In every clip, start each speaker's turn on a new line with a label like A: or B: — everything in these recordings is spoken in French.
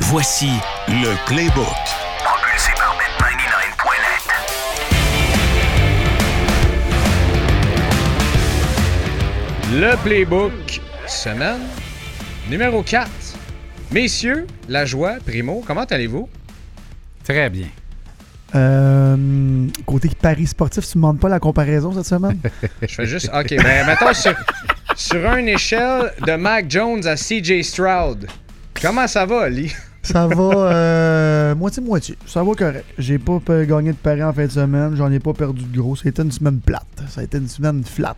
A: Voici le Playbook. Propulsé par bet99.net.
B: Le Playbook, semaine numéro 4. Messieurs, la joie, Primo, comment allez-vous?
C: Très bien.
D: Euh, côté Paris sportif, tu ne demandes pas la comparaison cette semaine?
B: Je fais juste. OK, ben mettons sur, sur une échelle de Mac Jones à CJ Stroud. Comment ça va, Oli?
D: Ça va euh, moitié-moitié. Ça va correct. J'ai pas pe- gagné de paris en fin de semaine. J'en ai pas perdu de gros. C'était une semaine plate. Ça a été une semaine flat.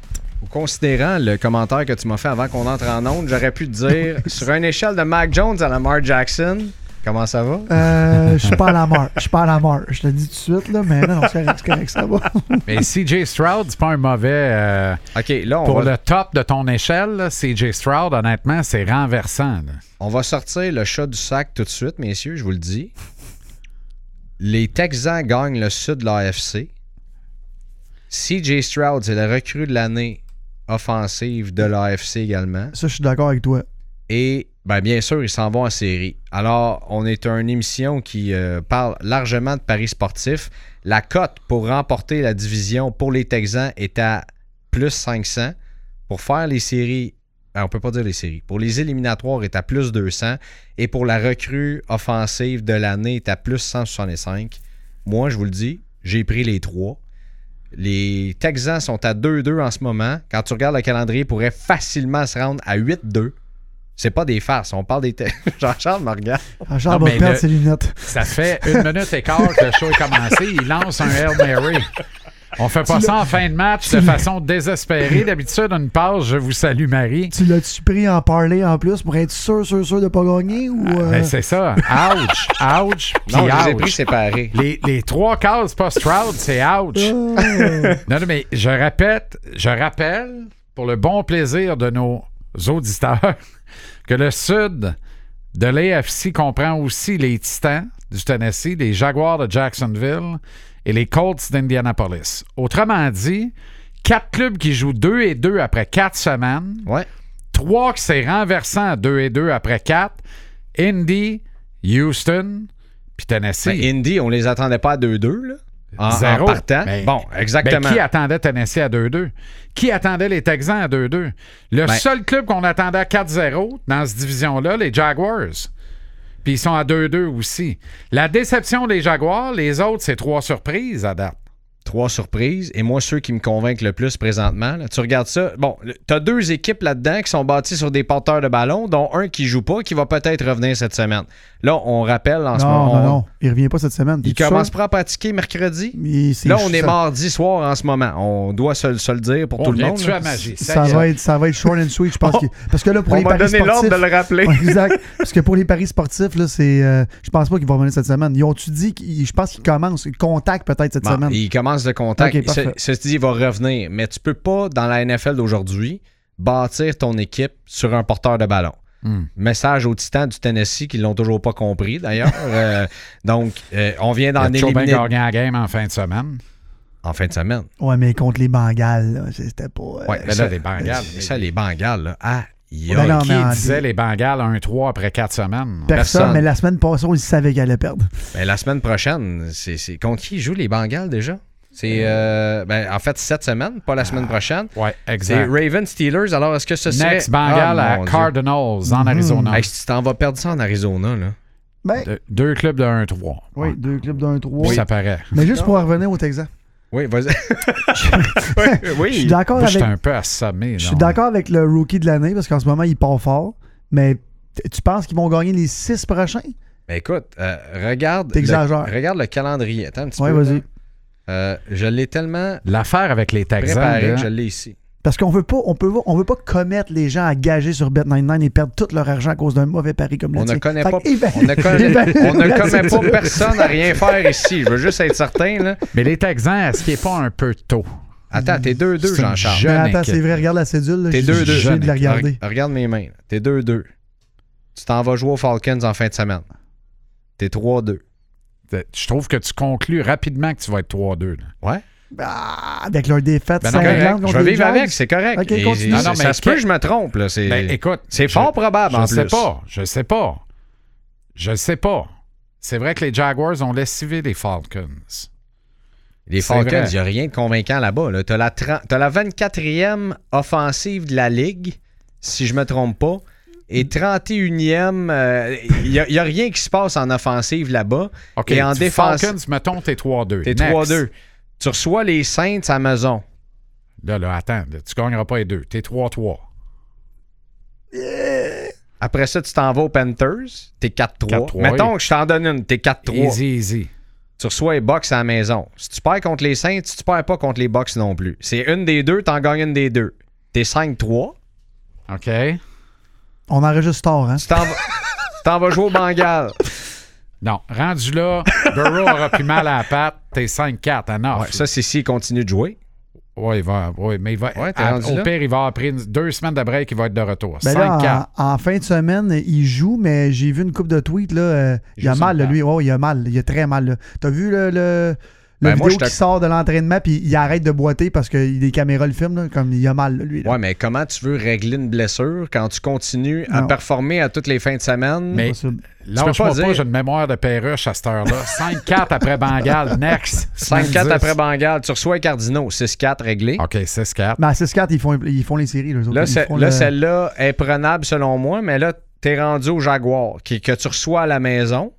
B: Considérant le commentaire que tu m'as fait avant qu'on entre en onde, j'aurais pu te dire sur une échelle de Mac Jones à Lamar Jackson, comment ça va?
D: Euh, je suis pas à la mort. Je suis pas à la mort. Je te le dis tout de suite, là, mais non, non, c'est correct, c'est correct, ça va.
C: Mais CJ Stroud, c'est pas un mauvais. euh,
B: OK, là, on
C: pour
B: va,
C: le top de ton échelle, là, CJ Stroud, honnêtement, c'est renversant. là.
B: on va sortir le chat du sac tout de suite, messieurs, je vous le dis. Les Texans gagnent le sud de l'AFC. CJ Stroud, c'est la recrue de l'année offensive de l'AFC également.
D: Ça, je suis d'accord avec toi.
B: Et ben, bien sûr, ils s'en vont en série. Alors, on est une émission qui euh, parle largement de paris sportifs. La cote pour remporter la division pour les Texans est à plus 500. Pour faire les séries, ah, on peut pas dire les séries, pour les éliminatoires est à plus 200. Et pour la recrue offensive de l'année est à plus 165. Moi, je vous le dis, j'ai pris les trois. Les Texans sont à 2-2 en ce moment. Quand tu regardes le calendrier, ils pourraient facilement se rendre à 8-2. C'est pas des farces, on parle des. te- Jean-Charles me regarde.
D: Ah, Charles
C: Non,
D: va
C: mais
D: perdre
C: le-
D: ses lunettes.
C: Ça fait une minute et quart que le show est commencé. Il lance un Hail Mary. On fait pas ça en fin de match de façon désespérée. D'habitude, une passe, je vous salue, Marie.
D: Tu l'as-tu pris en parler en plus pour être sûr, sûr, sûr de pas gagner? Ou,
B: Ah,
D: euh,
C: Ben, c'est ça. Ouch, ouch, puis
B: Non, je les ai
C: ouch.
B: pris séparés.
C: Les, les trois cases, pas Stroud, c'est ouch.
D: Ah!
C: Non, non, mais je répète, je rappelle, pour le bon plaisir de nos auditeurs, que le sud de l'AFC comprend aussi les Titans du Tennessee, les Jaguars de Jacksonville et les Colts d'Indianapolis. Autrement dit, quatre clubs qui jouent 2 et 2 après quatre semaines,
B: Ouais.
C: trois qui s'est renversant à 2 et 2 après quatre, Indy, Houston, puis Tennessee.
B: Mais Indy, on les attendait pas à 2-2, là. Ah, En, en
C: Zéro.
B: partant.
C: Mais-
B: bon,
C: Ben,
B: exactement.
C: qui attendait Tennessee à 2-2? Qui attendait les Texans à 2-2? Le
B: Ben.
C: seul club qu'on attendait à 4-0 dans cette division-là, les Jaguars. Puis ils sont à 2-2 aussi. La déception des Jaguars, les autres, c'est trois surprises à date.
B: Trois surprises. Et moi, ceux qui me convainquent le plus présentement, là, tu regardes ça. Bon, le- t'as deux équipes là-dedans qui sont bâties sur des porteurs de ballon, dont un qui joue pas, qui va peut-être revenir cette semaine. Là, on rappelle en ce
D: non,
B: moment.
D: non,
B: on-
D: non. Il revient pas cette semaine.
B: Il
D: T'es-tu
B: commence
D: sûr?
B: pas à pratiquer mercredi.
D: Il- c'est-
B: Là, on est
D: ça-
B: mardi soir en ce moment. On doit se, se le dire pour
C: On
B: tout le
C: vient
B: monde.
C: tuer
B: là.
C: à magie.
D: Ça va, être, ça va être short and sweet, je pense.
B: Oh.
D: qu'il- Parce que là, pour
B: On
D: les
B: m'a
D: paris
B: donné l'ordre
D: sportifs,
B: de le rappeler.
D: Ouais, exact. Parce que pour les paris sportifs, là, c'est, euh, je pense pas qu'ils vont revenir cette semaine. Ils ont-tu dit qu'ils, je pense qu'ils commencent, ils contactent peut-être cette
B: Bon,
C: Bah,
D: semaine.
B: Ah, Il commence le contact.
D: Ok, parfait.
B: Ce- Ceci dit, il va revenir. Mais tu peux pas, dans la NFL d'aujourd'hui, bâtir ton équipe sur un porteur de ballon.
C: Hmm.
B: Message aux Titans du Tennessee qui l'ont toujours pas compris, d'ailleurs. Euh, donc, euh, on vient d'en
C: Il a toujours bien
B: éliminer
C: gagné la game en fin de semaine.
B: en fin de semaine.
D: Ouais, mais contre les Bengals, là, c'était pas. euh,
B: Ouais,
C: mais là, les Bengals,
B: euh,
C: mais-
B: Ça, les Bengals, là. Ah,
D: Ben non,
C: qui
D: mais en-
C: disait les Bengals 1-3 après quatre semaines?
D: personne,
B: personne.
D: mais la semaine passée, on savait qu'ils allaient perdre.
B: Mais Ben, la semaine prochaine, c'est c'est- contre qui jouent les Bengals déjà? C'est euh, ben, en fait cette semaine, pas la semaine prochaine.
C: Ah. Ouais,
B: C'est
C: exact.
B: Ravens Steelers. Alors est-ce que ce serait
C: Next Bengal
B: Ah,
C: à
B: mon Dieu.
C: Cardinals en Arizona.
B: Hey, si tu t'en vas perdre ça en Arizona, là.
D: Ben,
C: De- Euh, deux clubs de 1-3.
D: oui,
C: Ouais.
D: deux clips d'un 3.
C: Ça paraît.
D: Mais juste pour en revenir au Texan.
B: Oui, vas-y.
C: euh,
D: Je suis
B: oui.
D: d'accord
C: Moi, J'étais
D: Ah, avec,
C: un peu assommé.
D: je suis
C: là.
D: d'accord avec le rookie de l'année parce qu'en ce moment, il part fort. Mais t- tu penses qu'ils vont gagner les six prochains?
B: Mais écoute, euh, regarde,
D: T'exagères.
B: le, regarde le calendrier. Attends un petit
D: Ouais,
B: peu.
D: vas-y.
B: Euh, je l'ai tellement
C: L'affaire avec les Texans,
B: préparé
C: là,
B: que je l'ai ici.
D: Parce qu'on veut pas, on peut, on veut pas commettre les gens à gager sur Bet99 et perdre tout leur argent à cause d'un mauvais pari comme le
B: On ne
D: tien.
B: connaît
D: Fait
B: pas,
D: que eh ben, éva-
B: on ne connaît,
D: évalue
B: on ne
D: la
B: commet pas
D: situation.
B: personne à rien faire ici. Je veux juste être certain. Là.
C: mais les Texans, est-ce qu'il n'est pas un peu tôt?
B: Attends, t'es 2-2,
C: C'est une
B: Jean-Charles.
C: jeune
D: Mais attends,
C: équipe.
D: c'est vrai, regarde la cédule. là,
B: T'es
D: j'ai-
B: 2-2.
D: J'ai de la
B: Re-
D: regarder.
B: Regarde mes mains. là. T'es 2-2. Tu t'en vas jouer aux Falcons en fin de semaine. T'es 3-2.
C: Euh, Je trouve que tu conclus rapidement que tu vas être 3-2. là.
B: Ouais.
D: Ah, avec leur défaite,
C: Ben non,
D: cinglante
B: Correct.
D: contre
B: Je vais
D: les
B: vivre
D: Jags.
B: avec, c'est correct.
D: Ok,
B: Et-
D: continue.
B: ça-
C: Non, non, mais
B: ça se peut
C: que-
B: que je me trompe. là. C'est
C: Ben, écoute,
B: c'est
C: je-
B: fort probable
C: Je
B: en
C: ne sais
B: plus.
C: pas. Je sais pas. Je sais pas. C'est vrai que les Jaguars ont lessivé les Falcons.
B: Les
C: C'est
B: Falcons,
C: vrai.
B: il n'y a rien de convaincant là-bas. Là. Tu as, la 30 t'as la 24e offensive de la Ligue, si je me trompe pas, et 31e. euh, Il n'y a, il y a rien qui se passe en offensive là-bas.
C: OK,
B: Et en
C: tu
B: défense-
C: Falcons, mettons, t'es 3-2.
B: T'es
C: Next.
B: 3-2. Tu reçois les Saints à maison.
C: Là, là, attends, là, tu gagneras pas les deux. T'es 3-3.
B: Après ça, tu t'en vas aux Panthers. T'es 4-3.
C: 4-3,
B: Mettons
C: oui.
B: que je t'en donne une. T'es 4-3.
C: Easy, easy.
B: Tu reçois les Bucks à la maison. Si tu perds contre les Saints, tu perds pas contre les Bucks non plus. C'est une des deux, t'en gagnes une des deux. T'es 5-3.
C: OK.
D: On enregistre tard, hein?
B: Tu t'en vas- tu t'en vas jouer au Bengals.
C: Non, rendu là, Burrow aura plus mal à la patte. T'es 5-4 à North.
B: Ah Ouais, ça, c'est s'il continue de jouer.
C: Oui, il va. Oui, mais il va.
B: Ouais, t'es
C: à-
B: rendu
C: au
B: là?
C: pire, il va avoir pris une- deux semaines de break, il va être de retour.
D: Ben
C: 5-4.
D: là, en, en fin de semaine, il joue, mais j'ai vu une coupe de tweets. Là, euh, il a
B: joue
D: mal,
B: sur
D: là,
B: le
D: lui. Oh, il a mal. Il a très mal. là. T'as vu le, le, le
B: Ben, moi,
D: vidéo
B: je te-
D: qui sort de l'entraînement, puis il arrête de boiter parce que les caméras le filment, là, comme il a mal, là, lui. là.
B: Ouais, mais comment tu veux régler une blessure quand tu continues à
D: Non.
B: performer à toutes les fins de semaine?
C: Mais-
D: Possible.
C: Lâche-moi
B: peux pas
C: pas,
B: dire-
C: j'ai une mémoire de perruche à cette heure-là. 5-4 après Bengal, next.
B: 5-4 après
C: Bengal.
B: Bengals. Tu reçois les Cardinaux. 6-4 réglé.
D: Ah,
C: OK, 6-4.
D: Mais Ben, à 6-4, ils font, ils font les séries, les autres.
B: Là,
D: Ils
B: c'est-
D: font
B: là,
D: le-
B: celle-là est prenable selon moi, mais là, t'es rendu au Jaguar, qui, que tu reçois à la maison,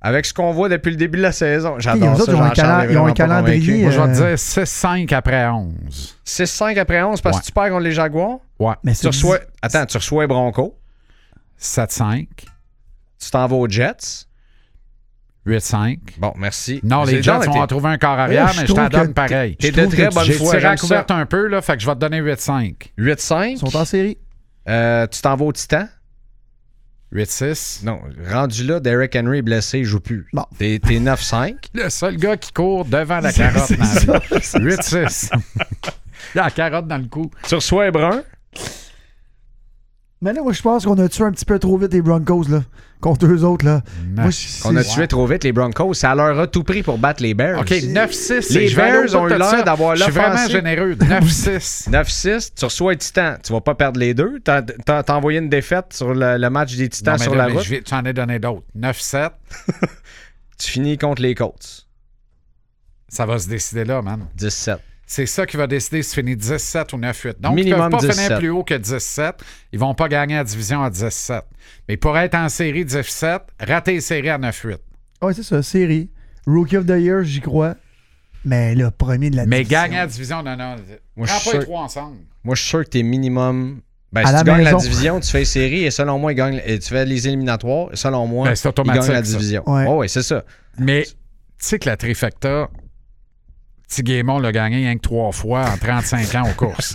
B: avec ce qu'on voit depuis le début de la saison.
D: Hey, eux
B: J'adore
D: autres,
B: ça,
D: ils ont un
B: Jean-Charles
D: calen-
B: est
D: ils ont un
B: vraiment pas
D: calendrier,
B: convaincu.
C: Moi, je vais te
D: euh,
C: dire 6-5 après 11.
B: 6-5 après 11 parce
C: Ouais.
B: que tu perds contre les Jaguars.
C: Ouais.
D: Mais
B: Tu
D: c'est
B: reçois... Attends, tu reçois les Broncos,
C: 7-5.
B: tu t'en vas aux Jets.
C: 8-5.
B: Bon, merci.
C: Non, les
B: gens
C: Jets vont en trouver un corps
D: Oh,
C: arrière,
D: je
C: mais je t'en
D: trouve que
C: donne pareil.
D: t'es-
B: T'es
D: Je
B: de
D: trouve
B: très
D: que
B: bonne
C: J'ai
B: foi.
C: tiré la
B: j'aime ça.
C: couverte un peu, là, fait que je vais te donner 8-5.
D: Ils sont
B: 8-5.
D: en série.
B: Euh, tu t'en vas au Titan.
C: 8-6.
B: Non, rendu là, Derrick Henry est blessé, il joue plus.
D: Bon.
B: T'es t'es 9-5.
C: Le seul gars qui court devant la carotte dans la vie. 8-6. Il a la carotte dans le cou.
B: tu reçois les Bruns.
D: Mais là, moi, je pense qu'on a tué un petit peu trop vite les Broncos, là. Contre eux autres, là. Moi, je-
B: On a
D: c'est-
B: tué trop vite les Broncos. Ça leur a tout pris pour battre les Bears.
C: OK, 9-6.
B: Les
C: je vais aller au
B: Bears ont
C: bout de
B: eu l'air
C: ça.
B: d'avoir
C: Je suis vraiment
B: l'offensive.
C: généreux. 9-6.
B: 9-6, tu reçois les Titans. Tu vas pas perdre les deux. T'as t'as- t'as envoyé une défaite sur le, le match des
C: Non,
B: Titans
C: mais
B: sur
C: là,
B: la
C: mais
B: route.
C: je vais- tu en as donné d'autres. 9-7.
B: Tu finis contre les Colts.
C: Ça va se décider là, man.
B: 17.
C: C'est ça qui va décider si tu finis 17 ou 9-8. Donc,
B: Minimum
C: ils ne peuvent pas
B: 17.
C: finir plus haut que 17. Ils vont pas gagner la division à 17. Mais pour être en série 17, rater les séries à 9-8.
D: Ouais, c'est ça, série. Rookie of the Year, j'y crois. Mais le premier de la
C: Mais
D: division.
C: gagner la division, non, non. Prends
B: Moi, je suis
C: pas les
B: sûr-
C: trois ensemble.
B: Moi, je suis sûr que t'es minimum. Ben,
D: À
B: si
D: la
B: tu gagnes la
D: maison.
B: division, tu fais les séries et selon moi, ils gagnent- et tu fais les éliminatoires. Et selon moi,
C: Ben, c'est
B: ils
C: automatique,
B: gagnent la
C: ça.
B: division.
D: Ouais.
B: Oh, ouais, c'est ça.
C: Mais tu sais que la trifecta, petit Guémon l'a gagné rien que trois fois en 35 ans aux courses.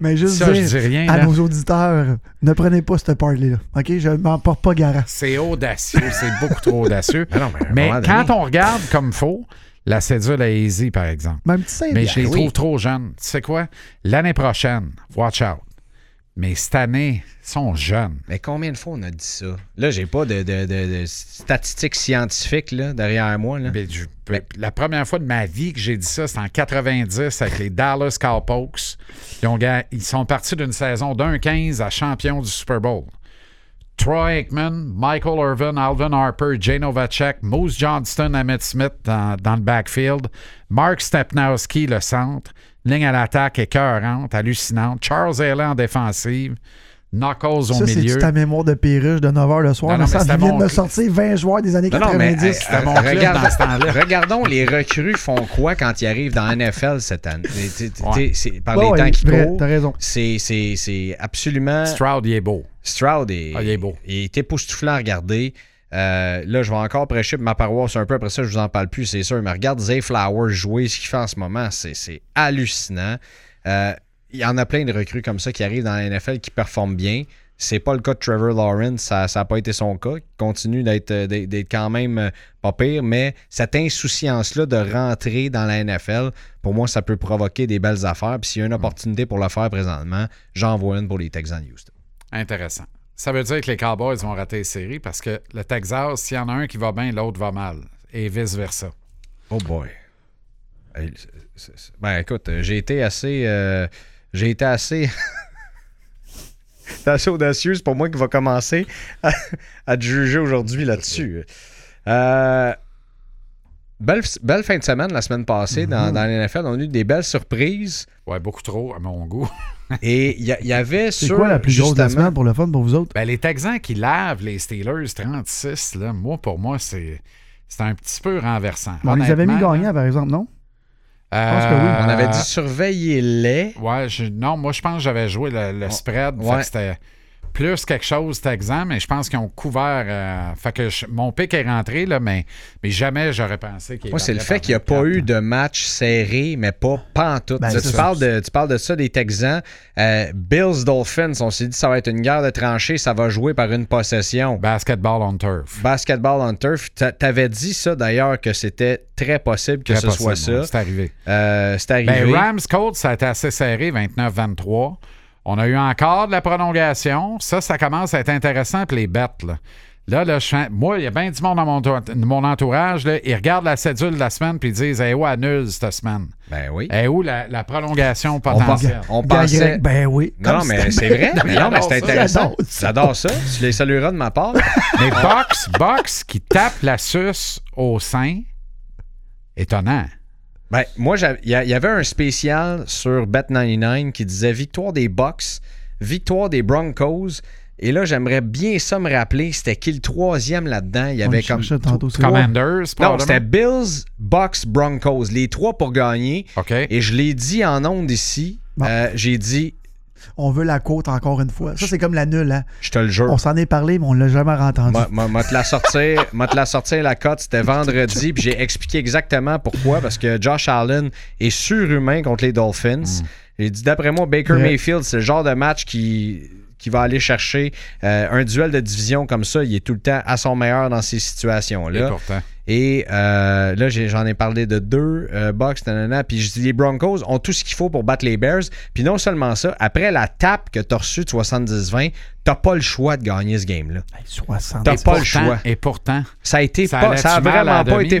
D: Mais juste
C: Ça, je
D: dire
C: dis rien,
D: à
C: là.
D: nos auditeurs, ne prenez pas ce party-là. OK? Je m'en porte pas garant.
C: C'est audacieux, c'est beaucoup trop audacieux.
B: Mais Ben non, mais à un
C: mais
B: moment donné-
C: quand on regarde comme faux, la cédule est easy, par exemple.
D: Même petit saint
C: Mais je les
B: Eh oui.
C: trouve trop jeunes. Tu sais quoi? L'année prochaine, watch out. Mais cette année, ils sont jeunes.
B: Mais combien de fois on a dit ça? Là, j'ai pas de, de- de- de statistiques scientifiques là, derrière moi. Là.
C: Mais Ben, je
D: Ben,
C: peux- la première fois de ma vie que j'ai dit ça, c'est en 90 avec les Dallas Cowboys. Ils, ont ga- ils sont partis d'une saison d'un 15 à champion du Super Bowl. Troy Aikman, Michael Irvin, Alvin Harper, Jay Novacek, Moose Johnston, Emmett Smith dans, dans le backfield, Mark Stepnowski, le centre, ligne à l'attaque écœurante, hallucinante, Charles Allen en défensive, Knuckles au
D: Ça,
C: milieu.
D: c'est ta mémoire de Péruche de 9h le soir.
C: Non, non,
D: mais ça,
C: mais
D: tu
C: c'était
D: viens
C: mon-
D: de me sortir 20 joueurs des années
B: Non, non, mais
D: 90.
B: euh,
C: mon
B: euh,
C: club
B: regarde-
C: dans ce temps-là.
B: regardons les recrues font quoi quand ils arrivent dans NFL cette année. T'sais, t'sais, t'sais,
C: Ouais.
B: c'est- par
D: Ouais,
B: les temps
D: ouais,
B: qui
D: vrai,
B: courent,
D: t'as raison.
B: c'est- c'est c'est absolument.
C: Stroud, il est beau.
B: Stroud est,
C: Ah, il est beau.
B: Il est époustouflant à regarder. Euh, là, je vais encore prêcher pour ma paroisse un peu. Après ça, je vous en parle plus, c'est sûr. Mais regarde Zay Flowers jouer, ce qu'il fait en ce moment, c'est c'est hallucinant. Euh, il y en a plein de recrues comme ça qui arrivent dans la NFL qui performent bien. C'est pas le cas de Trevor Lawrence, ça n'a pas été son cas. Il continue d'être euh, d'être d'être quand même euh, pas pire, mais cette insouciance-là de rentrer dans la NFL, pour moi, ça peut provoquer des belles affaires. Puis s'il y a une opportunité pour le faire présentement, j'en vois une pour les Texans de Houston.
C: Intéressant. Ça veut dire que les Cowboys vont rater les séries parce que le Texas, s'il y en a un qui va bien, l'autre va mal. Et vice-versa.
B: Oh boy. Hey, c'est- c'est- c'est- Ben écoute, euh, j'ai été assez. euh, j'ai été assez. C'est assez audacieuse pour moi qui va commencer à, à te juger aujourd'hui là-dessus. Euh, belle, belle fin de semaine la semaine passée
D: Mm-hmm.
B: dans, dans la NFL. On a eu des belles surprises.
C: Ouais, beaucoup trop à mon goût.
B: Et il y, a- il y avait
D: C'est
B: sur.
D: quoi la plus grosse de la
B: justement-
D: semaine pour le fun pour vous autres?
C: Ben, les Texans qui lavent les Steelers 36, là, moi, pour moi, c'est c'est un petit peu renversant.
D: on les avait mis
C: Honnêtement,
D: gagnants, par exemple, non?
C: euh,
D: pense que oui.
B: On avait dit surveillez-les.
C: Ouais, je- non, moi, je pense que j'avais joué le, le spread. fait
B: Oh, ouais.
C: que c'était plus quelque chose Texan, mais je pense qu'ils ont couvert. euh, fait que je- mon pic est rentré, là, mais, mais jamais j'aurais pensé qu'il
B: Moi, c'est le
C: perdrait
B: fait
C: par
B: qu'il n'y a pas
C: 24,
B: eu
C: là.
B: de match serré, mais pas pantoute.
D: Ben,
B: Là,
D: c'est
B: tu,
D: ça.
B: parles de, tu parles de ça des Texans. Euh, Bills Dolphins, on s'est dit ça va être une guerre de tranchées, ça va jouer par une possession.
C: Basketball on turf.
B: Basketball on turf, t'a- t'avais dit ça d'ailleurs que c'était très possible que
C: Très
B: ce
C: possible,
B: soit ça.
C: C'est arrivé.
B: Euh, c'est arrivé.
C: Ben, Rams Colts, ça a été assez serré, 29-23. On a eu encore de la prolongation. Ça, ça commence à être intéressant pour les bêtes. Là, là, là, je sens- moi, il y a bien du monde dans mon, entour- mon entourage. là, ils regardent la cédule de la semaine puis ils disent Eh, où annule cette semaine
B: Ben oui.
C: Eh, où la, la prolongation
B: On, pen-
C: potentielle
B: on
D: Gagrec,
B: pensait.
D: ben oui.
B: Non,
D: Comme
B: mais
D: c'était- Ben,
B: c'est vrai. Mais non, mais
C: J'adore
B: c'est
C: ça.
B: intéressant.
D: J'adore ça.
B: J'adore ça. Tu les salueras de ma part.
C: Mais Box, Box qui tape la suce au sein, étonnant.
B: Ben, moi, j'av- il y, a- il y avait un spécial sur Bet99 qui disait victoire des Bucks, victoire des Broncos. Et là, j'aimerais bien ça me rappeler, c'était qui le troisième là-dedans? Il y
D: On
B: avait
D: le
B: comme.
D: cherchait tantôt, c'est vrai.
C: Commanders,
B: Non, c'était
C: probablement.
B: Bills, Bucks, Broncos. Les trois pour gagner.
C: OK.
B: Et je l'ai dit en ondes ici.
D: Bon.
B: Euh, J'ai dit,
D: On veut la côte encore une fois. Ça, c'est comme la nulle. Hein?
B: je te le jure.
D: On s'en est parlé, mais on l'a jamais entendu.
B: M'a m'a- m'a te la sortir, m'a te la sortir la cote, c'était vendredi, puis j'ai expliqué exactement pourquoi, parce que Josh Allen est surhumain contre les Dolphins. J'ai dit, d'après moi, Baker
D: Ouais.
B: Mayfield, c'est le genre de match qui, qui va aller chercher euh, un duel de division comme ça. Il est tout le temps à son meilleur dans ces
C: Et
B: situations-là.
C: pourtant.
B: Et euh, là, j'ai- j'en ai parlé de deux euh, box, nanana. Puis je dis, les Broncos ont tout ce qu'il faut pour battre les Bears. Puis non seulement ça, après la tape que t'as reçue de 70-20, t'as pas le choix de gagner ce game-là.
D: Hey, 60.
B: T'as pas
C: Pourtant,
B: le choix.
C: Et pourtant,
B: Ça a été
C: Ça
B: pas,
C: allait-tu
B: ça a
C: mal à la
B: vraiment pas
C: demi?
B: été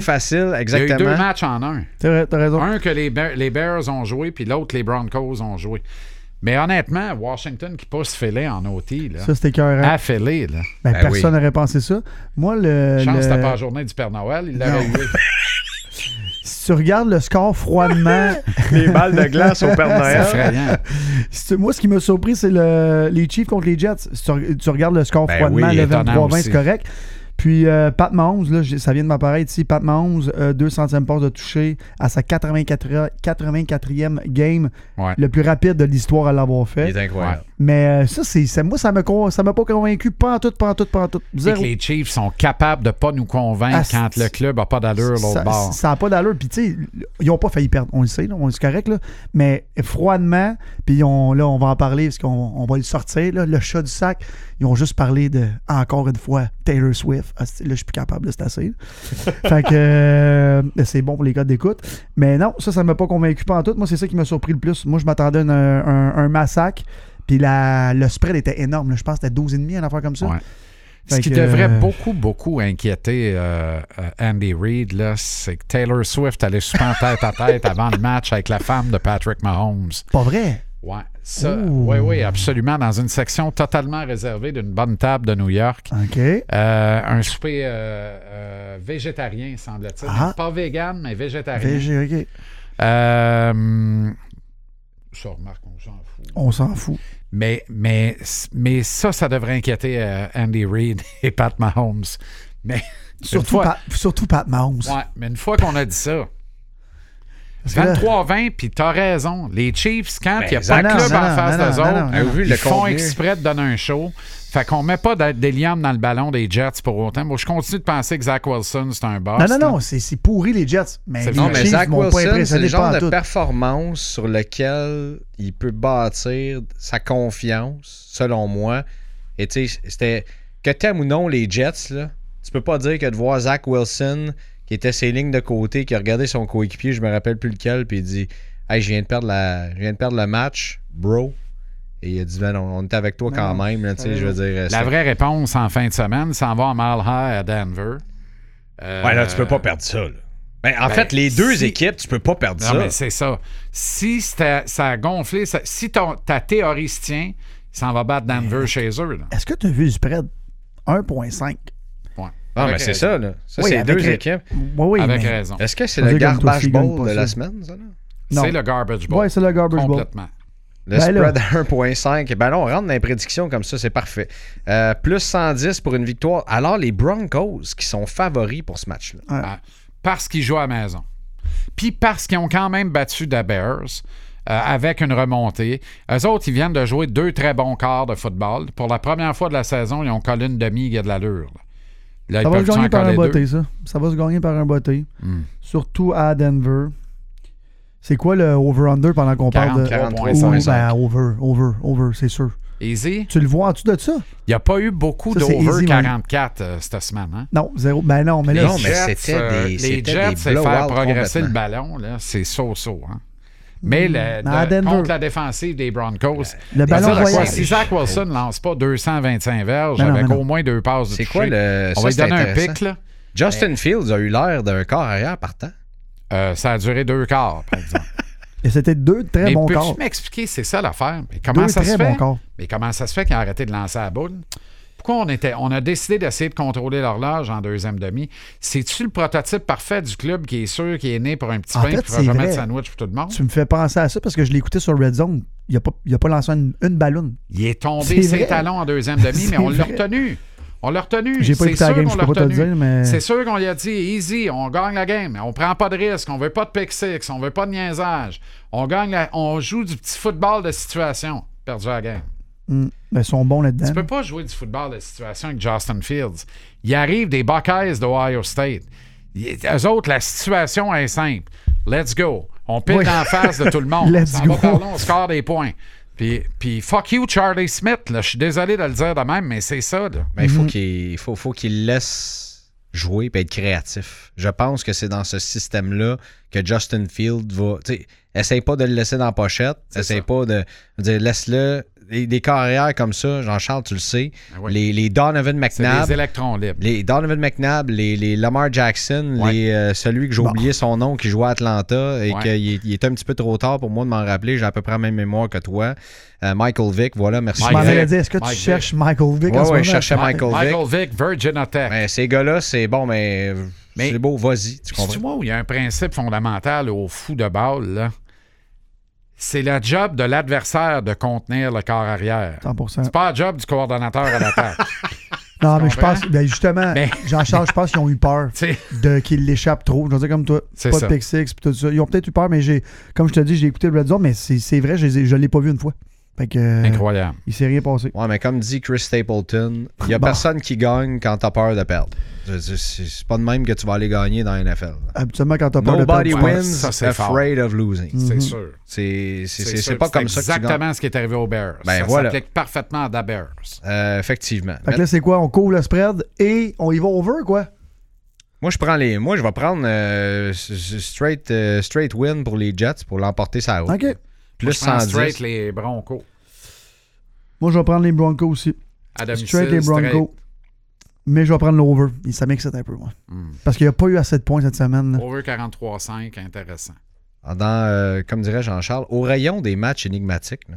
C: il y a
B: facile,
C: eu deux
B: exactement.
C: matchs en un.
D: T'as ra- t'as raison.
C: Un que les, Bear- les Bears ont joué, puis l'autre, les Broncos ont joué. Mais honnêtement, Washington qui pousse Félé en OT, là.
D: Ça, c'était cœur.
C: à Félé, là.
D: Ben,
B: Ah. Ben
D: personne n'aurait pensé ça. Moi, le.
C: Chance,
D: Euh, le-
C: c'était pas la journée du Père Noël, il l'avait eu.
D: Si tu regardes le score froidement,
B: Les balles de glace au Père
C: C'est effrayant.
D: si tu- moi, ce qui m'a surpris, c'est le- les Chiefs contre les Jets. Si tu, re- tu regardes le score
B: Ben
D: froidement,
C: oui,
D: le
C: étonnant
D: 23-20,
C: aussi.
D: c'est correct. Puis euh, Pat Mahomes, là, j'ai- ça vient de m'apparaître ici. Pat Mahomes, euh, 200e passe de toucher à sa 84, 84e game,
C: Ouais.
D: le plus rapide de l'histoire à l'avoir fait.
B: Il est incroyable.
D: Mais euh, ça, c'est ça- moi, ça me con- ça m'a pas convaincu. Pas en tout, pas en tout, pas en tout.
C: C'est que
D: Zéro.
C: les Chiefs sont capables de pas nous convaincre
D: Ah,
C: quand
D: c'est-
C: le club a pas d'allure l'autre
D: Ça-
C: bord.
D: Ça n'a pas d'allure. Puis, tu sais, ils n'ont pas failli perdre. On le sait, là, on est correct. Là. Mais froidement, puis on, là, on va en parler parce qu'on on va le sortir. Là, le chat du sac, ils ont juste parlé de, encore une fois, Taylor Swift. Ah, c'est- là, je suis plus capable, là, c'est assez. là. fait que euh, c'est bon pour les codes d'écoute. Mais non, ça, ça ne m'a pas convaincu pas en tout. Moi, c'est ça qui m'a surpris le plus. Moi, je m'attendais à un, un- un massacre. Puis la- le spread était énorme. là. Je pense que c'était 12,5, une affaire comme ça.
C: Ouais. Ce
D: Fait
C: qui
D: que- euh,
C: devrait beaucoup, beaucoup inquiéter euh, euh, Andy Reid, là, c'est que Taylor Swift allait souvent tête à tête avant le match avec la femme de Patrick Mahomes.
D: Pas vrai.
C: Ouais, ça,
D: Ouh.
C: oui, oui, absolument, dans une section totalement réservée d'une bonne table de New York.
D: OK.
C: Euh, un souper euh, euh, végétarien, semble-t-il.
D: Ah.
C: Pas vegan, mais végétarien.
D: VG, OK.
C: Euh, hum, ça, remarque, on s'en fout.
D: On s'en fout.
C: Mais, mais, mais ça, ça devrait inquiéter euh, Andy Reid et Pat Mahomes. Mais une
D: Surtout,
C: fois-
D: Pat, surtout Pat Mahomes.
C: Ouais, mais une fois qu'on a dit ça,
D: Parce que là-
C: 23-20, puis t'as raison. Les Chiefs, quand il n'y a
B: Ben,
C: pas de
D: non,
C: club
D: non,
C: en
D: non,
C: face
D: non,
C: d'eux
D: non,
C: autres,
D: non,
B: non.
C: ils
B: Le
C: font
B: contenu.
C: exprès de donner un show. Fait qu'on met pas d- des liames dans le ballon des Jets pour autant. Moi, je continue de penser que Zach Wilson, c'est un boss.
D: Non, non,
C: là.
D: non, c'est c'est pourri les Jets. Mais
C: C'est-
D: les
C: non,
B: Non,
C: mais
B: mais
D: Chiefs
B: Zach
D: m'ont pas
B: Wilson, c'est le
D: impressionné
B: genre de
D: pantoute.
B: performance sur lequel il peut bâtir sa confiance, selon moi. Et tu sais, c'était. Que t'aimes ou non les Jets, là, tu peux pas dire que de voir Zach Wilson, qui était ses lignes de côté, qui a regardé son coéquipier, je me rappelle plus lequel, puis il dit Hey, je viens de perdre, la... je viens de perdre le match, bro. Et il a dit Ben, on, on était avec toi quand
D: Non,
B: même, là, tu sais, je veux dire.
C: La
B: c'est-
C: vraie réponse en fin de semaine, s'en va en mile high à Denver. Euh,
B: Ouais, là, tu peux pas perdre ça. là. Ben, en
C: ben,
B: fait, les deux
C: si-
B: équipes, tu peux pas perdre
C: Non,
B: ça.
C: mais c'est ça. Si c'était- ça a gonflé, ça- si ton- ta théorie se tient, s'en va battre Denver chez eux. là.
D: Est-ce que tu as vu du spread 1.5?
C: Ouais.
B: Ah, mais
C: Avec
B: c'est
C: raison.
B: ça, là. Ça,
D: Oui,
B: c'est
D: avec
B: deux
D: ra-
B: équipes.
D: Oui, oui.
C: Avec
D: mais-
C: raison.
B: Est-ce que c'est
D: Ça
B: le
D: veut dire comme
B: garbage
D: Toffee gagne
B: ball
D: pas
B: de la
D: ça.
B: semaine, ça, là?
D: Non.
C: C'est le garbage ball.
D: Ouais, c'est le garbage ball.
C: Complètement.
B: Le
D: Ben là.
B: spread à 1.5. Ben là, on rentre dans les prédictions comme ça, c'est parfait. Euh, plus 110 pour une victoire. Alors, les Broncos qui sont favoris pour ce match-là.
C: Ah, Parce qu'ils jouent à la maison. Puis parce qu'ils ont quand même battu des Bears euh, avec une remontée. Eux autres, ils viennent de jouer deux très bons quarts de football. Pour la première fois de la saison, ils ont collé une demi qui a de l'allure. Là, Là, ils
D: Ça va se
C: peuvent-tu
D: gagner
C: en
D: par un
C: coller deux?
D: botté, ça. Ça va se gagner par un botté.
C: Hmm.
D: Surtout à Denver. C'est quoi le over-under pendant qu'on parle de.
B: 43.5.
D: Ouh, ben, over, over, over, c'est sûr.
C: Easy.
D: Tu le vois en dessous de ça?
C: Il n'y a pas eu beaucoup
D: Ça, c'est
C: d'over
D: easy,
C: 44 euh, cette semaine. hein?
D: Non, zéro. Ben non, mais là,
B: Non, mais
C: Jets, euh,
B: c'était des- c'était
C: les
B: des
C: Jets, c'est faire
B: blowouts
C: progresser le
B: complètement. Mm. Ah,
C: ballon, là, c'est so-so. hein. Mais le-
D: à
C: de-
D: Denver.
C: contre la défensive des Broncos,
D: le
C: Ça
D: ballon
C: veut dire
D: voyage.
C: quoi? si Zach Wilson ne lance pas 225 verges
D: Mais non,
C: avec
D: mais non.
C: au moins deux passes de
B: C'est
C: toucher,
B: quoi le-
C: On
B: ça,
C: va lui
B: c'est
C: donner un
B: intéressant.
C: pic. Là.
B: Justin Fields a eu l'air d'un corps arrière partant.
C: Euh, ça a duré deux quarts, par exemple.
D: Et c'était deux très
C: Mais
D: bons corps.
C: peux-tu m'expliquer, c'est ça l'affaire? Mais comment
D: Deux
C: ça
D: très
C: se
D: bons
C: fait?
D: corps.
C: Mais comment ça se fait qu'il a arrêté de lancer la boule? Pourquoi on, était, on a décidé d'essayer de contrôler l'horloge en deuxième demi? C'est-tu le prototype parfait du club qui est sûr, qui est né pour un petit
D: En
C: pain et
D: fait,
C: qui ne fera
D: c'est
C: jamais de
D: vrai.
C: sandwich pour tout le monde?
D: Tu me fais penser à ça parce que je l'ai écouté sur Red Zone. Il a pas, il a pas lancé une, une ballonne.
C: Il est tombé
D: C'est
C: ses
D: vrai.
C: talons en deuxième demi, mais
D: C'est
C: on l'a
D: vrai.
C: retenu. On l'a retenu.
D: J'ai pas
C: C'est
D: écouté la
C: sûr
D: game,
C: qu'on
D: je
C: l'a
D: peux pas te le
C: retenu.
D: dire, mais-
C: C'est sûr qu'on lui a dit easy, on gagne la game, on prend pas de risque, on veut pas de pick six, on veut pas de niaisage. On gagne la- on joue du petit football de situation. Perdu la game.
D: Hmm. Ben, ils sont bons là-dedans.
C: Tu peux pas jouer du football de situation avec Justin Fields. Il arrive des Buckeyes d'Ohio State. Les eux autres, la situation est simple. Let's go. On pile
D: Oui.
C: dans la face de tout le monde.
D: Let's
C: On s'en va
D: go.
C: par là, on score des points. Puis, puis fuck you, Charlie Smith. là. Je suis désolé de le dire de même, mais c'est ça. là.
B: Mais il faut qu'il faut, faut qu'il laisse jouer et être créatif. Je pense que c'est dans ce système-là que Justin Field va. tu sais, Essaye pas de le laisser dans la pochette. Essaye
C: ça.
B: pas de. je veux dire, Laisse-le. Des, des carrières comme ça, Jean-Charles, tu le sais.
C: Ah oui.
B: les, les Donovan
C: C'est
B: McNabb.
C: des électrons libres.
B: Les Donovan McNabb, les, les Lamar Jackson,
C: Ouais.
B: les, euh, celui que j'ai oublié son nom qui jouait à Atlanta et
C: Ouais.
B: qu'il est- il est un petit peu trop tard pour moi de m'en rappeler. J'ai à peu près la même mémoire que toi. Euh, Michael Vick, voilà, merci.
D: Je m'en
C: Mike
D: allais
C: Vick.
D: dire, est-ce que tu
C: Mike Vick.
D: cherches Michael Vick
B: Ouais,
D: en ce
B: ouais,
D: moment?
B: je cherchais Michael
C: Michael Vick, Virginia Tech.
B: Ben, ces gars-là, c'est bon, mais, euh,
C: Mais-
B: c'est beau, vas-y. Tu
C: tu
B: comprends?
C: vois où il y a un principe fondamental au fou de balle, là? C'est la job de l'adversaire de contenir le corps arrière.
D: 100%.
C: C'est pas le job du coordonnateur à l'attaque.
D: Non, mais je
C: comprends?
D: pense, ben justement,
C: Mais-
D: Jean-Charles, je pense qu'ils ont eu peur
C: Tu sais,
D: de qu'il l'échappe trop. Je veux dire, comme toi,
C: C'est
D: pas
C: ça.
D: de pick six, pis tout ça. Ils ont peut-être eu peur, mais j'ai, comme je te dis, j'ai écouté le Red Zone, mais c'est c'est vrai, je les ai- je l'ai pas vu une fois. Fait que, euh,
C: Incroyable.
D: il s'est rien passé.
B: Ouais, mais comme dit Chris Stapleton, il n'y a
D: Bon.
B: personne qui gagne quand t'as peur de perdre. Je- je- C'est c'est pas de même que tu vas aller gagner dans la NFL.
D: Habituellement, quand t'as peur de perdre,
B: Nobody
D: tu perds.
C: ouais.
B: wins
C: Ça, c'est fort. Mm.
B: afraid of losing.
D: Mm-hmm.
C: C'est sûr.
B: C'est- C'est c'est-
C: sûr.
B: c'est pas comme ça que tu gagnes.
C: exactement ce qui est arrivé aux Bears.
B: Ben,
C: ça
B: voilà.
C: s'applique parfaitement à Da Bears.
B: Euh, effectivement.
D: Fait que là, c'est quoi? On couvre le spread et on y va over, quoi?
B: Moi, je prends les. Moi, je vais prendre euh, s- s- straight, euh, straight win pour les Jets pour l'emporter sa route.
D: OK.
B: Plus
C: je prends
B: 110.
C: straight les Broncos.
D: Moi, je vais prendre les Broncos aussi.
C: À domicile,
D: Straight les
C: straight.
D: Broncos. Mais je vais prendre l'over. Et Ça m'excite un peu, moi.
C: Hmm.
D: Parce qu'il n'y a pas eu assez de points cette semaine. là.
C: Over 43-5, intéressant.
B: Dans, euh, comme dirait Jean-Charles, au rayon des matchs énigmatiques. là.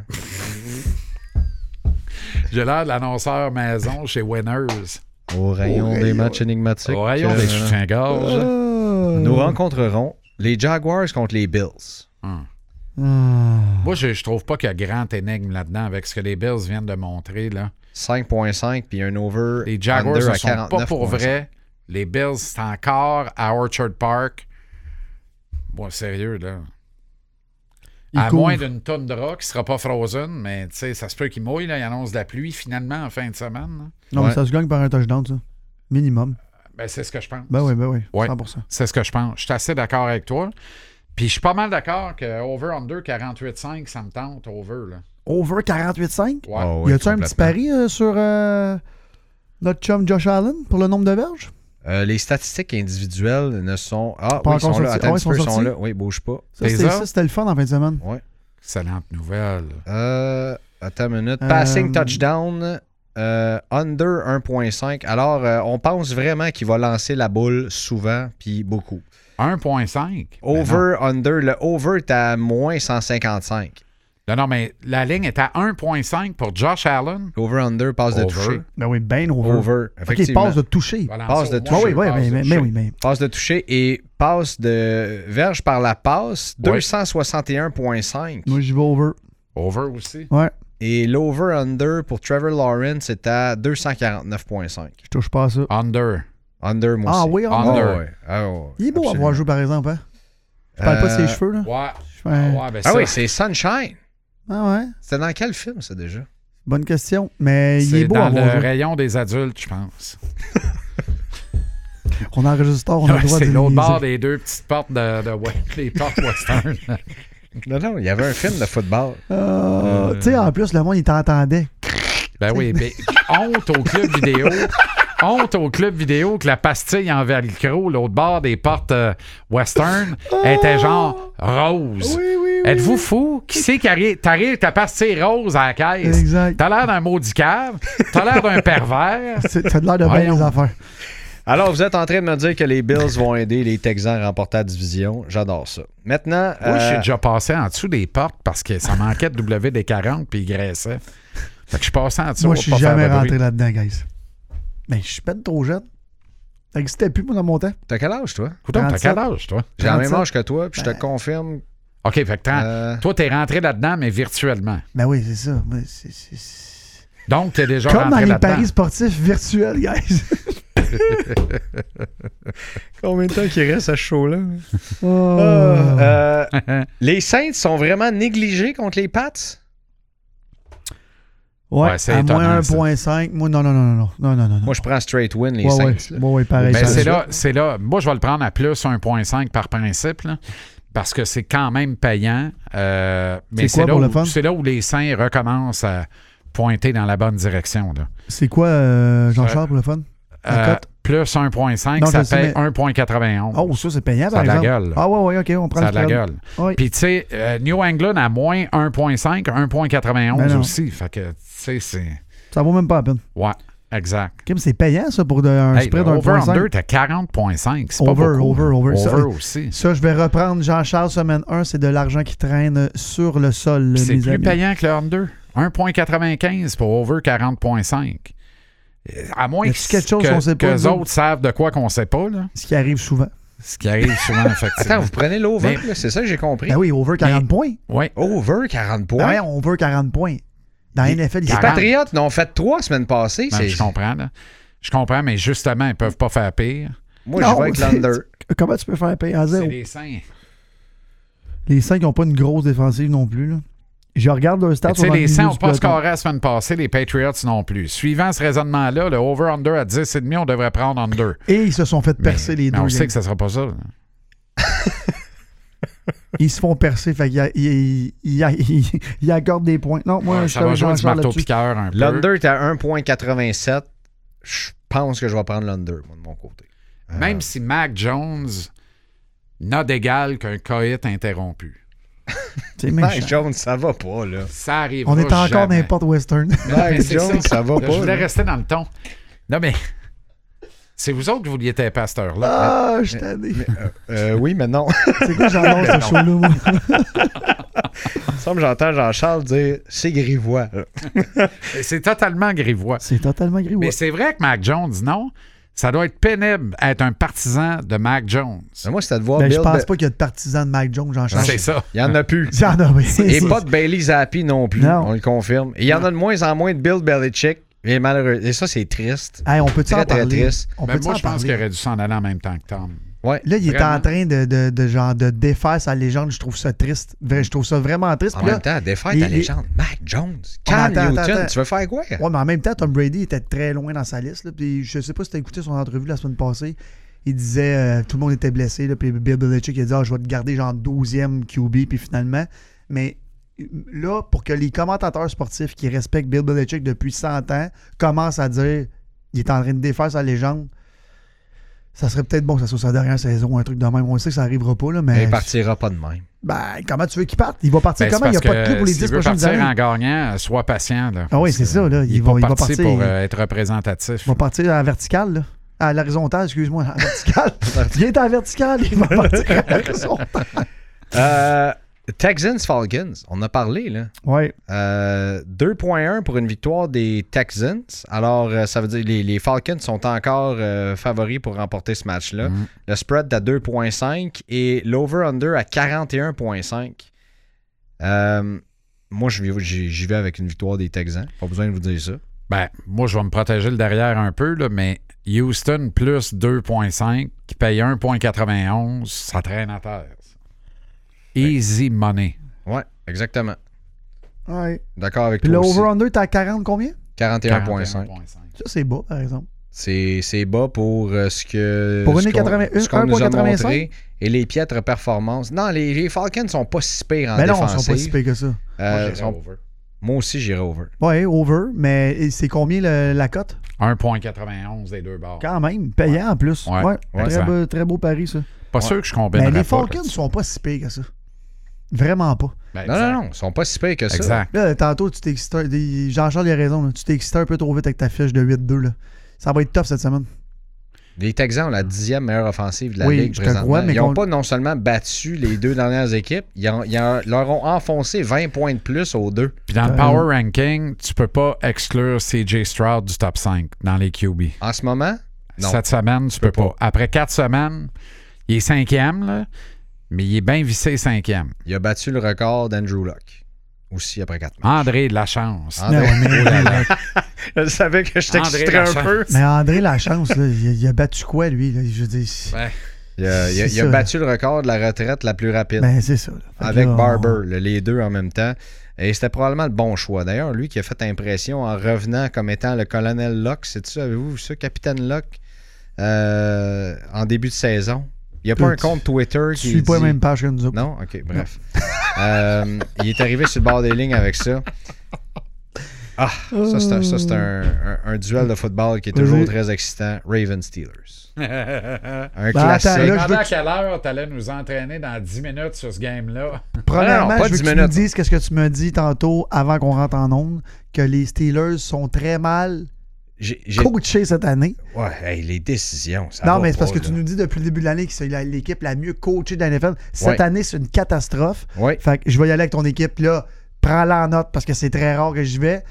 C: J'ai l'air de l'annonceur maison chez Winners.
B: Au rayon des matchs énigmatiques.
C: Au rayon
B: euh,
C: des soutiens-gorge.
D: Ah.
B: Nous rencontrerons les Jaguars contre les Bills.
D: Ah.
C: Moi, je, je trouve pas qu'il y a grande énigme là-dedans avec ce que les Bills viennent de montrer. Là.
B: 5.5 puis un over.
C: Les Jaguars
B: under
C: ne
B: à
C: sont pas pour
B: 49.5.
C: vrai. Les Bills, c'est encore à Orchard Park. Bon, sérieux, là.
D: Il
C: à
D: couvre.
C: moins d'une tonne de rock, qui sera pas frozen, mais tu sais, ça se peut qu'il mouille, là, il annonce de la pluie finalement en fin de semaine. là.
D: Non,
B: Ouais.
D: mais ça se gagne par un touchdown, ça. Minimum.
C: Ben, c'est ce que je pense.
D: Ben oui, ben oui.
C: Ouais.
D: 100%.
C: C'est ce que je pense. Je suis assez d'accord avec toi. Puis je suis pas mal d'accord que over under 48.5, ça me tente over là.
D: Over 48,5?
C: Ouais.
B: Ah oui,
D: y a-tu un petit
B: complètement.
D: pari euh, sur euh, notre chum Josh Allen pour le nombre de verges?
B: Euh, les statistiques individuelles ne sont. Ah,
D: Pas
B: oui, ils sont
D: encore
B: là.
D: sortis.
B: Attends
D: Ah,
B: un
D: ils
B: petit
D: sont
B: peu, ils sont
D: sortis?
B: là. Oui, bouge pas.
D: Ça, c'était
C: Taser?
D: ça, c'était le fun en fin de semaine.
B: Ouais.
C: Excellente nouvelle.
B: Euh, attends une minute.
D: Euh,
B: Passing touchdown, euh, under 1.5. Alors, euh, on pense vraiment qu'il va lancer la boule souvent, puis beaucoup.
C: 1.5. Ben non.
B: Over, under, le over est à moins 155.
C: Non, non, mais la ligne est à 1,5 pour Josh Allen.
B: Over-under, passe de
C: Over.
B: toucher.
D: Ben oui, ben over.
B: Over,
D: OK, il
B: effectivement.
D: passe de toucher. Ah
C: Voilà,
B: Passe de
C: au
B: touche.
C: moins,
D: oui, oui,
C: passe
D: mais,
C: de
D: mais-
C: touche.
D: mais oui, mais
B: Passe de toucher et passe de verge par la passe,
C: Ouais.
B: 261,5.
D: moi, j'y vais over.
C: Over aussi.
D: Ouais,
B: Et l'over-under pour Trevor Lawrence, c'est à 249,5.
D: je touche pas à ça.
C: Under.
B: Under, moi
D: Ah
B: aussi.
D: oui,
B: Ah
D: under.
B: ouais. Ah ouais.
D: Il est beau à
B: Absolument.
D: voir jouer, par exemple. Hein? Je parle pas de
B: Euh,
D: ses cheveux, là.
C: Ouais.
D: Je fais un-
C: Ouais, ben
B: Ah
C: ça,
B: oui, c'est Sunshine.
D: Ah ouais,
B: C'était dans quel film, ça, déjà?
D: bonne question. Mais il
C: c'est
D: est beau
C: dans
D: à
C: le
D: voir jouer.
C: rayon des adultes, je pense.
D: On enregistre tard, on a
C: Ah Ouais,
D: le droit de
C: c'est l'autre
D: niaiser.
C: bord des deux petites portes de, de- ouais, les portes western.
B: Non, non, il y avait un film de football.
D: Euh, Tu sais, en plus, le monde, il t'entendait.
C: ben oui, mais honte au club vidéo. Honte au club vidéo que la pastille en velcro, l'autre bord des portes euh, western, était genre rose.
D: oui,
C: Êtes-vous fou? Qui c'est qui arrive? T'arrives, ta pastille rose à la caisse.
D: Exact.
C: T'as l'air d'un maudit cave. T'as l'air d'un pervers.
D: C'est- Ça a l'air de bien
C: Voyons.
D: les affaires.
B: Alors, vous êtes en train de me dire que les Bills vont aider les Texans à remporter la division. J'adore ça. Maintenant,
C: Moi,
B: euh,
C: j'ai déjà passé en dessous des portes parce que ça manquait de WD-40 puis il graissait. Fait que je passais en dessous.
D: Moi, je
C: pour
D: suis
C: pas faire
D: jamais
C: de bruit.
D: rentré là-dedans, guys. Mais je suis pas trop jeune. Ça n'existait plus, moi, dans mon temps.
B: euh, t'as quel âge, toi?
C: Coudonc, t'as quel
D: 37.
C: âge, toi?
B: J'ai le même
D: 37.
B: âge que toi, puis je te
D: Ben.
B: confirme.
C: OK, fait que t'en-
B: euh,
C: toi, t'es rentré là-dedans, mais virtuellement.
D: Ben oui, c'est ça. Mais c'est- c'est- c'est-
C: Donc, t'es déjà
D: Comme dans
C: rentré
D: les
C: là-dedans.
D: paris sportifs virtuels, guys.
B: Combien de temps qu'il reste à ce show-là?
D: Oh.
B: euh, les Saints sont vraiment négligés contre les Pats?
D: ouais,
C: ouais, c'est
D: à moins
C: étonnant, ça.
D: 1.5. Moi, non, non, non, non, non, non, non, non.
B: Moi, je prends straight win, les
D: ouais,
B: Saints.
D: ouais,
B: là.
D: ouais, ouais, pareil.
C: Mais
D: ça-
C: Ben, c'est là, c'est là. Moi, je vais le prendre à plus 1.5 par principe, là, parce que c'est quand même payant. Euh, mais
D: C'est
C: c'est
D: quoi
C: là,
D: pour le
C: où-
D: fun?
C: c'est là où les saints recommencent à pointer dans la bonne direction. Là.
D: C'est quoi, euh, Jean-Charles, pour le fun? La
C: Euh,
D: cote?
C: plus 1.5,
D: Non,
C: ça
D: je sais,
C: paye
D: mais-
C: 1.91.
D: Oh, ça, c'est payant,
C: ça a
D: par
C: de la
D: exemple.
C: gueule, là.
D: Ah, ouais, ouais, OK, on prend
C: ça
D: le
C: a de la
D: spread.
C: gueule.
D: Ouais.
C: Puis, tu sais, euh, New England à moins 1.5,
D: Ben
C: 1.91
D: non.
C: aussi. Fait que, tu sais, c'est.
D: Ça vaut même pas la peine.
C: Ouais, exact.
D: Kim, c'est payant, ça, pour de- un
C: Hey,
D: spread
C: le over
D: 1.5.
C: under, t'as 40.5. C'est pas
D: Over,
C: beaucoup.
D: over, over. Ça-
C: aussi.
D: Ça, je vais reprendre Jean-Charles, semaine 1, c'est de l'argent qui traîne sur le sol,
C: C'est
D: mes
C: plus
D: amis.
C: payant que le under. 1.95 pour over 40.5. Euh, À moins
D: Y
C: que,
D: a-t-il quelque chose
C: que,
D: qu'on sait pas,
C: que les
D: nous?
C: autres savent de quoi qu'on sait pas, là.
D: Ce qui arrive souvent.
C: Ce qui arrive souvent,
B: Attends,
C: effectivement.
B: vous prenez l'over,
C: Mais-
B: là, c'est ça que j'ai compris.
D: Ben oui, over 40
C: Mais-
D: points.
C: Ouais.
B: Over 40 points.
D: Ben ouais, on veut 40 points. Dans la NFL, ils
B: les
D: se
C: 40.
B: Patriots n'ont fait trois semaines passées.
D: Ben,
C: Non,
B: c'est-
C: je comprends, là. Je comprends, mais justement, ils peuvent pas faire pire.
B: Moi, je vais avec l'under.
D: Comment tu peux faire payer à
C: C'est
D: zéro?
C: des saints.
D: Les Saints qui n'ont pas une grosse défensive non plus. Là. Je regarde leur
C: Mais
D: stats.
C: Tu sais,
D: on
C: les
D: est
C: Saints
D: au
C: n'ont pas
D: milieu du peloton.
C: scoré la semaine passée, les Patriots non plus. Suivant ce raisonnement-là, le over-under à 10,5, on devrait prendre under.
D: Et ils se sont fait
C: Mais-
D: percer les
C: mais
D: deux.
C: on sait
D: gang.
C: que ça sera pas ça. là.
D: Ils se font percer. Fait qu'ils ils, ils- ils- ils accordent des points. Non, moi,
C: Ouais,
D: je
C: ça va
D: suis
C: jouer
D: un
C: du marteau
D: là-dessus.
C: piqueur un peu.
B: L'under est à 1.87. Je pense que je vais prendre l'under, moi, de mon côté.
D: Euh.
C: Même si Mac Jones n'a d'égal qu'un coït interrompu.
D: C'est
C: Ben,
B: Mac
D: méchant.
B: Jones, ça va pas, là.
C: Ça arrive.
D: On est encore n'importe western.
B: Mac Jones, ça va
C: Je
B: pas.
C: voulais
B: là.
C: rester dans le ton. Non, mais c'est vous autres qui vouliez être pasteur là.
D: Ah, je t'en ai.
B: Euh, oui, mais non.
D: C'est quoi, j'adore ce show-là, moi?
B: Ça me j'entends Jean-Charles dire c'est grivois.
D: Euh,
B: là.
C: C'est totalement grivois.
D: C'est totalement gris.
C: Mais
D: ouais.
C: c'est vrai que Mac Jones, non, ça doit être pénible être un partisan de Mac Jones.
B: Mais moi, c'était de voir
D: Ben, je
B: Bill
D: pense
B: Be-
D: pas qu'il y a de partisans de Mike Jones, Jean-Charles.
C: C'est ça.
B: Il y en a plus.
D: Il y en a, mais-
B: Et pas de Bailey Zappi non plus,
D: Non.
B: on le confirme. Et il y en a de moins en moins de Bill Belichick. Et malheureux. Et ça, c'est triste.
D: Hey, on peut-tu
B: Très,
D: en
B: très
D: parler?
B: triste.
D: On
C: Mais Ben,
D: peut-tu
C: moi,
D: en
C: je pense
D: parler?
C: qu'il aurait dû s'en aller en même temps que Tom. Ben,
B: Ouais.
D: Là, il est
C: Vraiment.
D: en train de, de- de genre, de défaire sa légende. Je trouve ça triste. Vrai, Je trouve ça vraiment triste.
B: En
D: Puis là-
B: même temps, défaire
D: les-
B: ta
D: les-
B: légende. Mac Jones. Cam
D: Oh, attends,
B: Newton,
D: attends, attends.
B: tu veux faire quoi?
D: Ouais, mais en même temps, Tom Brady était très loin dans sa liste. là. Puis je sais pas si tu as écouté son entrevue la semaine passée. Il disait euh, tout le monde était blessé. Là, puis Bill Belichick il a dit Ah, Je vais te garder genre 12e QB. Puis finalement, mais euh, là, pour que les commentateurs sportifs qui respectent Bill Belichick depuis 100 ans commencent à dire Il est en train de défaire sa légende. Ça serait peut-être bon que ça soit sa dernière saison ou un truc de même. On sait que ça arrivera pas, là,
B: Mais
D: mais
B: il partira pas de même.
D: Ben, comment tu veux qu'il parte? Il va partir
C: Ben, c'est
D: comment? Il n'y a
C: parce
D: pas de clé pour
C: que
D: les
C: s'il
D: 10
C: veut
D: prochaines
C: partir
D: années.
C: en gagnant, euh, sois patient. Là,
D: Ah oui,
C: Parce
D: c'est
C: que
D: ça, là.
C: Il,
D: Il
C: va,
D: va- il va
C: partir
D: partir,
C: pour
D: il-
C: euh, être représentatif.
D: Il va partir à la verticale, là. À l'horizontale, excuse-moi. À la verticale. il est à la verticale, il va partir à l'horizontale.
B: Euh, Texans Falcons, on a parlé là.
D: Ouais.
B: Euh, 2.1 pour une victoire des Texans. Alors, euh, ça veut dire que les, les Falcons sont encore euh, favoris pour remporter ce match-là.
D: Mm.
C: Mhm.
B: Le spread est à 2.5 et l'over-under à 41.5. Euh, moi, je vais- j'y j'y vais avec une victoire des Texans. Pas besoin de vous dire ça.
C: Ben, moi, je vais me protéger le derrière un peu, là, mais Houston plus 2,5 qui paye 1,91, ça traîne à terre. ça. Easy money.
B: Ouais, exactement.
D: ouais.
B: D'accord avec
D: Puis le
B: toi aussi.
D: over-under, t'es à 40 combien
B: 41.5
D: Ça, c'est bas, par exemple.
B: C'est c'est bas pour euh, ce que.
D: Pour
B: ce
D: une
B: qu'on-
D: 81,
B: ce qu'on nous a
D: 1,85.
B: montré et les piètres performances. Non, les, les Falcons sont pas si pires en
D: Mais non, ils
B: défensive.
D: sont pas si pires que ça.
B: Euh,
C: Moi, j'irais
B: sont-
C: over.
B: moi aussi, j'irai over.
D: Ouais, over, mais c'est combien le- la cote
C: 1,91 des deux bords.
D: Quand même, payant en plus.
C: Ouais,
D: Ouais,
C: ouais,
D: très,
C: ça.
D: beau, très beau pari, ça.
C: Pas sûr que je
B: Ben,
C: combine.
D: Mais les Falcons sont pas si pires que ça. Vraiment pas.
B: Non, non, non, ils sont pas si pires que ça.
C: Ben, Exact.
D: Là, tantôt, tu t'es excité. des- Jean-Charles il a raison. là. Tu t'es excité un peu trop vite avec ta fiche de 8-2. là. Ça va être top cette semaine.
B: Les Texans ont la dixième meilleure offensive de la
D: Oui,
B: Ligue
D: je te
B: présentement.
D: crois, mais
B: ils n'ont
D: qu'on-
B: pas non seulement battu les deux dernières équipes, ils, ont- ils ont- leur ont enfoncé 20 points de plus aux deux.
C: Puis dans le
D: Ben,
C: power ranking, tu peux pas exclure CJ Stroud du top 5 dans les QB.
B: En ce moment, non.
C: Cette semaine, tu peux pas. Après quatre semaines, il est cinquième, là, mais il est bien vissé cinquième.
B: il a battu le record d'Andrew Luck. Aussi après 4 matchs.
C: André de la chance.
B: André-
D: Non, mais-
B: Je savais que je t'exciterais
C: André
B: un peu.
D: Mais André Lachance, là, il, a- il a battu quoi, lui? là? Je veux dire,
C: Ben,
B: Il a, il a-
D: C'est
B: il a
D: ça.
B: battu le record de la retraite la plus rapide.
D: ben, c'est ça. là. Fait que
B: Ah, avec
D: là, on-
B: Barber, le- les deux en même temps. Et c'était probablement le bon choix. D'ailleurs, lui qui a fait impression en revenant comme étant le colonel Locke, c'est-tu, avez-vous vu ça, Capitaine Locke, euh, en début de saison? Il n'y a pas
D: Là,
B: un
D: tu-
B: compte Twitter
D: Tu
B: qui.
D: suis pas la
B: dit-
D: même page que nous autres.
B: Non? Ok, bref. Euh, il est arrivé sur le bord des lignes avec ça. Ah, ça, c'est un, ça, c'est un- un- un duel de football qui est toujours
D: Oui.
B: très excitant. Raven Steelers. Un
D: Ben, attends,
B: classique.
D: là, je-
C: Pendant à quelle heure t'allais nous entraîner dans 10 minutes sur ce game-là?
D: Premièrement,
B: Non, non,
D: je
B: pas
D: veux
B: 10
D: que tu nous
B: minutes.
D: dises qu'est-ce que tu me dis tantôt avant qu'on rentre en onde, que les Steelers sont très mal
B: j'ai- j'ai-
D: coachés cette année.
B: Ouais, hey, les décisions. ça
D: Non,
B: va
D: mais c'est parce
B: pas,
D: que tu
B: là.
D: nous dis depuis le début de l'année que c'est la- l'équipe la mieux coachée de la NFL. Cette
B: Ouais.
D: année, c'est une catastrophe.
B: Ouais.
D: Fait que je vais y aller avec ton équipe là. Prends-la en note parce que c'est très rare que j'y vais.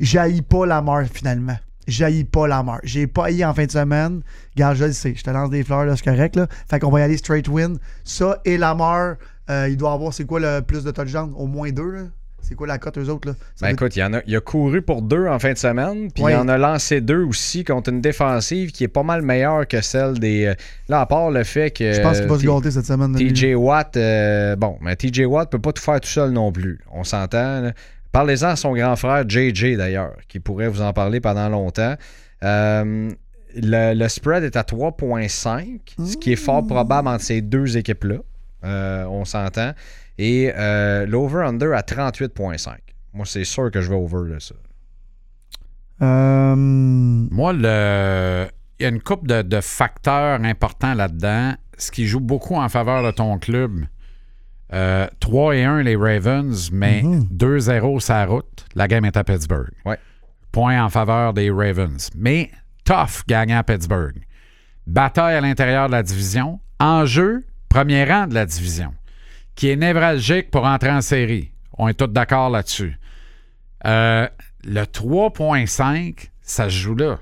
D: J'haïs pas la mort finalement. J'haïs pas la mort. J'ai pas haï en fin de semaine. Regarde, je le sais. Je te lance des fleurs, là, c'est correct. Là. Fait qu'on va y aller straight win. Ça et la mort, il doit avoir, c'est quoi le plus de touchdowns Au moins deux. là. C'est quoi la cote, eux autres là? Ça
B: Ben
D: veut-
B: écoute, il, y en a, il a couru pour deux en fin de semaine, puis
D: Ouais.
B: il en a lancé deux aussi contre une défensive qui est pas mal meilleure que celle des. euh, Là, à part le fait que.
D: je pense qu'il va se
B: euh,
D: gâter cette semaine. là,
B: T-
D: lui, là.
B: TJ Watt, euh, bon, mais TJ Watt peut pas tout faire tout seul non plus. On s'entend. là. Parlez-en à son grand frère JJ d'ailleurs, qui pourrait vous en parler pendant longtemps. Euh, le, le spread est à 3.5, ce qui est fort probable entre ces deux équipes-là. Euh, on s'entend. Et euh, l'over-under à 38.5. Moi, c'est sûr que je vais over là, ça.
D: Euh,
C: Moi, le... il y a une couple de, de facteurs importants là-dedans. Ce qui joue beaucoup en faveur de ton club. Euh, 3 et 1, les Ravens, mais 2-0, sa route. La game est à Pittsburgh.
B: Ouais.
C: Point en faveur des Ravens. Mais tough gagnant à Pittsburgh. Bataille à l'intérieur de la division. Enjeu, premier rang de la division, qui est névralgique pour entrer en série. On est tous d'accord là-dessus. Euh, le 3.5, ça se joue là.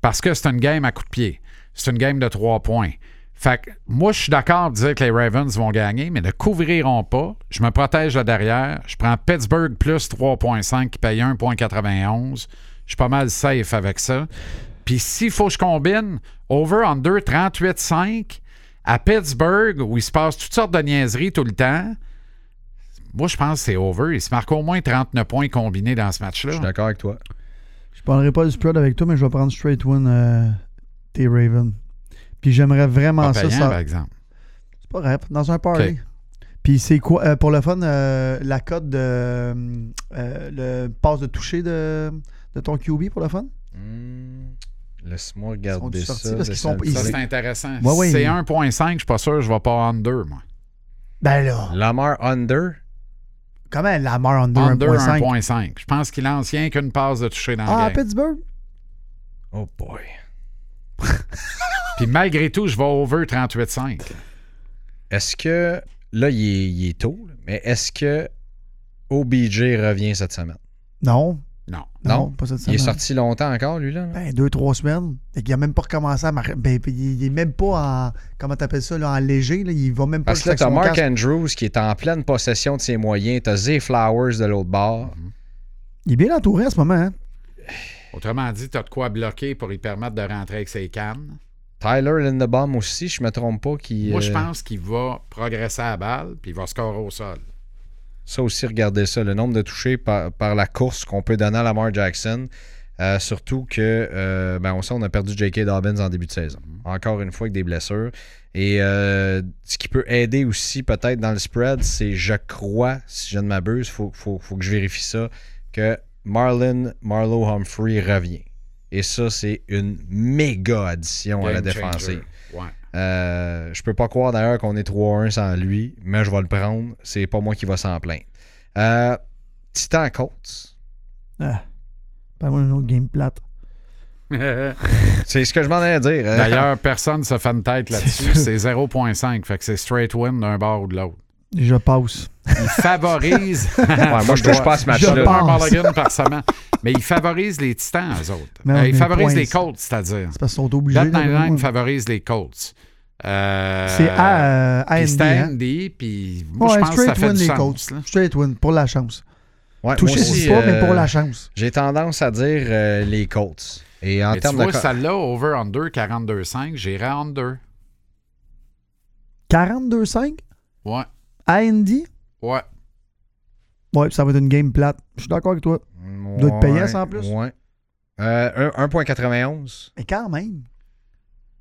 C: Parce que c'est une game à coup de pied. C'est une game de 3 points. Fait que moi, je suis d'accord de dire que les Ravens vont gagner, mais ne couvriront pas. Je me protège de derrière. Je prends Pittsburgh plus 3.5 qui paye 1.91. Je suis pas mal safe avec ça. Puis s'il faut que je combine over-under 38.5 à Pittsburgh, où il se passe toutes sortes de niaiseries tout le temps, moi, je pense que c'est over. Il se marque au moins 39 points combinés dans ce match-là.
D: Ah.
B: Je suis d'accord avec toi.
D: Je parlerai pas du spread avec toi, mais je vais prendre straight win euh, tes Raven. Puis j'aimerais vraiment
C: Pas
D: ça.
C: payant,
B: ben,
D: ça-
C: par exemple.
D: C'est pas grave, dans un party. Puis c'est quoi, euh, pour le fun, euh, la cote de euh, euh, le passe de toucher de, de ton QB pour le fun?
B: Hmm, Laisse-moi
D: Sont
B: regarder
D: du
B: ça.
D: sorti parce qu'ils sont
B: laisse-moi
D: pas-
C: Ça,
B: regarder.
C: c'est intéressant.
D: Ouais, ouais.
C: C'est 1.5, je suis pas sûr, que je vais pas under, moi.
D: Ben là,
B: Lamar under.
D: comment la mort under,
C: Under
D: 1.5?
C: 1.5. Je pense qu'il lance rien qu'une passe de toucher dans
D: Ah, à
C: le game.
D: Pittsburgh?
B: Oh boy.
C: Puis malgré tout, je vais over 38.5.
B: Est-ce que là, il est, il est tôt, là, Mais est-ce que OBJ revient cette semaine?
D: Non.
C: Non.
D: Non,
B: Non.
D: pas cette
B: Il
D: semaine.
B: est sorti longtemps encore, lui, là? là?
D: Ben, deux, trois semaines. Fait qu'il a même pas recommencé à marquer. Ben, puis il, il est même pas en. Comment t'appelles ça, là, en léger. Là. Il va même pas
B: Parce que là,
D: jusqu'à
B: t'as
D: son
B: Mark
D: casque.
B: Andrews qui est en pleine possession de ses moyens. T'as Zay Flowers de l'autre
D: Ah.
B: bord.
D: Il est bien entouré en ce moment. Hein?
C: Autrement dit, t'as de quoi bloquer pour lui permettre de rentrer avec ses cannes.
B: Tyler Lindebaum aussi, je me trompe pas. Qui,
C: Moi,
B: euh,
C: je pense qu'il va progresser à la balle, puis il va scorer au sol.
B: Ça aussi, regardez ça. Le nombre de touchés par, par la course qu'on peut donner à Lamar Jackson. Euh, surtout que, euh, ben, on sait, on a perdu J.K. Dobbins en début de saison. Encore une fois, avec des blessures. Et euh, ce qui peut aider aussi, peut-être, dans le spread, c'est, je crois, si je ne m'abuse, il faut, faut- faut que je vérifie ça, que Marlon Marlowe Humphrey revient. Et ça, c'est une méga addition à la
C: Game changer.
B: défensive.
C: Ouais.
B: Euh, je peux pas croire d'ailleurs qu'on est 3-1 sans lui, mais je vais le prendre. C'est pas moi qui va s'en plaindre. Euh, Titan Colts.
D: Ah. Parle-moi d'une autre game plate.
B: C'est ce que je m'en allais dire. Euh,
C: D'ailleurs, personne se fait une tête là-dessus. C'est 0.5, fait que c'est straight win d'un bord ou de l'autre.
D: Je passe.
C: Il favorise.
B: ouais, moi, je touche pas à ce
D: Je
B: match-là.
D: pense.
C: Par Mulligan par semaine. Mais il favorise les Titans, eux autres.
D: Non,
C: Euh, il
D: mais
C: favorise
D: point,
C: les
D: ça.
C: Colts, c'est-à-dire.
D: C'est parce qu'ils sont obligés.
C: That
D: là, vraiment.
C: 99 favorise les Colts. Euh,
D: C'est à, euh, à
C: Puis
D: ND, hein?
C: Stan D, puis moi, je pense que ça
D: straight
C: fait
D: win
C: du
D: les
C: sens.
D: Colts.
C: là.
D: Straight win pour la chance.
B: Ouais, moi
D: Touchez
B: aussi,
D: pas, mais
B: euh,
D: pour la chance.
B: J'ai tendance à dire euh, les Colts. Et en
C: Mais tu
B: termes de.
C: vois, celle-là, over-under 42-5, j'irais under.
D: 42-5
C: Ouais,
D: à Andy.
C: ouais.
D: Ouais, ça va être une game plate. Je suis d'accord avec toi. doit être payant, ça, en plus.
B: Ouais. Euh, un- 1.91.
D: Mais quand même.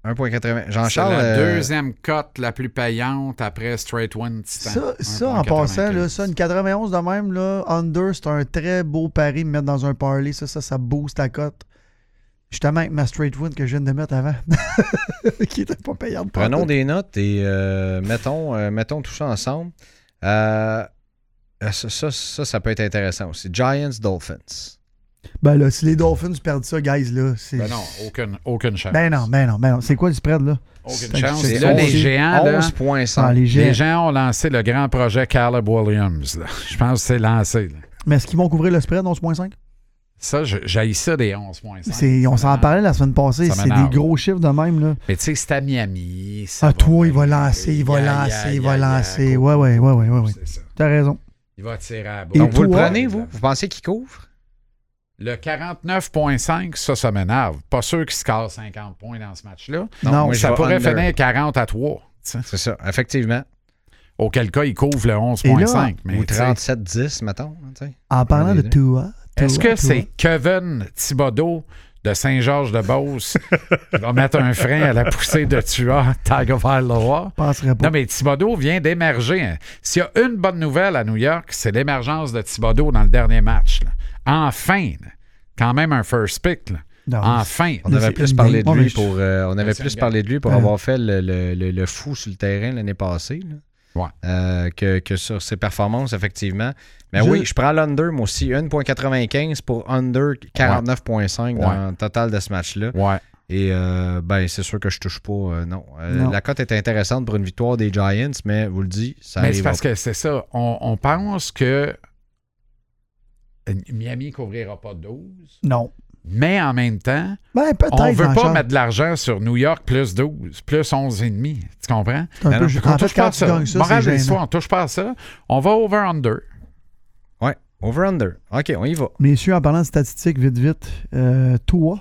B: 1.80.
C: C'est
B: Jean-Charles.
C: la
B: euh,
C: deuxième cote la plus payante après straight win Titan.
D: Ça, ça en passant, là, ça, une 91 de même, là, under, c'est un très beau pari de mettre dans un parlay. Ça, ça, ça booste la cote. Justement, avec ma straight win que je viens de mettre avant, qui était pas payante.
B: Prenons des notes et euh, mettons, euh, mettons tout ça ensemble. Euh, euh, ça, ça, ça, ça peut être intéressant aussi. Giants, Dolphins.
D: Ben là, si les Dolphins perdent ça, guys, là, c'est.
C: Ben non, aucune, aucune chance.
D: Ben non, ben non, ben non. C'est quoi le spread, là?
C: aucune
D: c'est-
C: chance.
D: c'est
C: Là, les
D: onze-
C: géants, là,
B: 11.5.
D: Ah, les Jets.
C: les gens ont lancé le grand projet Caleb Williams. là. Je pense que c'est lancé. là.
D: Mais est-ce qu'ils vont couvrir le spread, 11.5?
C: Ça, j'aille ça des 11.5.
D: C'est- On s'en parlait la semaine passée.
C: Ça
D: C'est des
C: m'énerve.
D: gros chiffres de même, là.
C: Mais tu sais, c'est à Miami. ça
D: Ah, toi, il va
C: aller.
D: lancer, il
C: Ya,
D: va
C: ya,
D: lancer, il
C: ya,
D: va
C: ya,
D: lancer.
C: go,
D: Ouais,
C: go,
D: ouais,
C: go,
D: ouais, ouais,
C: go,
D: ouais, ouais.
C: c'est ça.
D: T'as raison.
C: Il va tirer à la
D: Et
C: boule.
B: Donc, vous le
D: toi?
B: prenez, vous? Vous pensez qu'il couvre?
C: Le 49.5, ça, ça m'énerve. Pas sûr qu'il score 50 points dans ce match-là.
D: Non,
B: moi, je
C: Ça
B: vais
C: pourrait
B: under.
C: finir 40 à 3. tu sais.
B: C'est ça, effectivement.
C: Auquel cas, il couvre le
D: Et là,
C: 11.5. mais
B: Ou
C: tu sais,
B: 37-10, mettons. hein, tu sais.
D: En parlant de
B: Allez-y.
D: Tua. Tua,
C: Est-ce que
D: Tua.
C: c'est Kevin Thibodeau de Saint-Georges-de-Beauce qui va mettre un frein à la poussée de Tua Tagovailoa?
D: Je penserais pas.
C: Non, mais Thibodeau vient d'émerger. hein. S'il y a une bonne nouvelle à New York, c'est l'émergence de Thibodeau dans le dernier match. là. Enfin, là. quand même un first pick. là.
D: Non,
C: Enfin.
B: Ah, On
D: Mais
B: avait
D: c'est
B: plus
D: une
B: parlé de
D: dingue-
B: lui
D: Oh, mais je-
B: pour, euh, on avait
C: c'est
B: plus
C: une
B: parlé de lui pour
D: Ouais.
B: avoir fait le, le- le- le fou sur le terrain l'année passée. là.
C: Ouais.
B: Euh, que, que sur ses performances, effectivement. Mais
D: Je-
B: oui, je prends l'under, moi aussi. 1.95 pour under 49.5 dans
C: Ouais.
B: le total de ce match-là.
C: Ouais.
B: Et euh, ben, c'est sûr que je touche pas. euh, non. Euh,
D: Non.
B: La cote est intéressante pour une victoire des Giants, mais vous le dit, ça
D: Ben,
C: Mais
B: arrive.
C: c'est parce que c'est ça. On, on pense que Miami couvrira pas 12,
D: Non.
C: mais en même temps,
D: Ben, peut-être.
C: on veut pas
D: Jean-Charles.
C: mettre de l'argent sur New York plus 12, plus 11,5. Tu comprends?
D: C'est un
B: Ben
D: peu-
B: non,
D: je-
C: On
D: En fait,
C: touche pas
D: quand
C: à
D: tu
C: ça.
D: gagnes ça, c'est
C: Morale de l'histoire,
D: gênant.
C: on touche pas à ça. On va over-under.
B: Ouais, over-under. OK, on y va.
D: Messieurs, en parlant de statistiques, vite, vite, euh, Tua,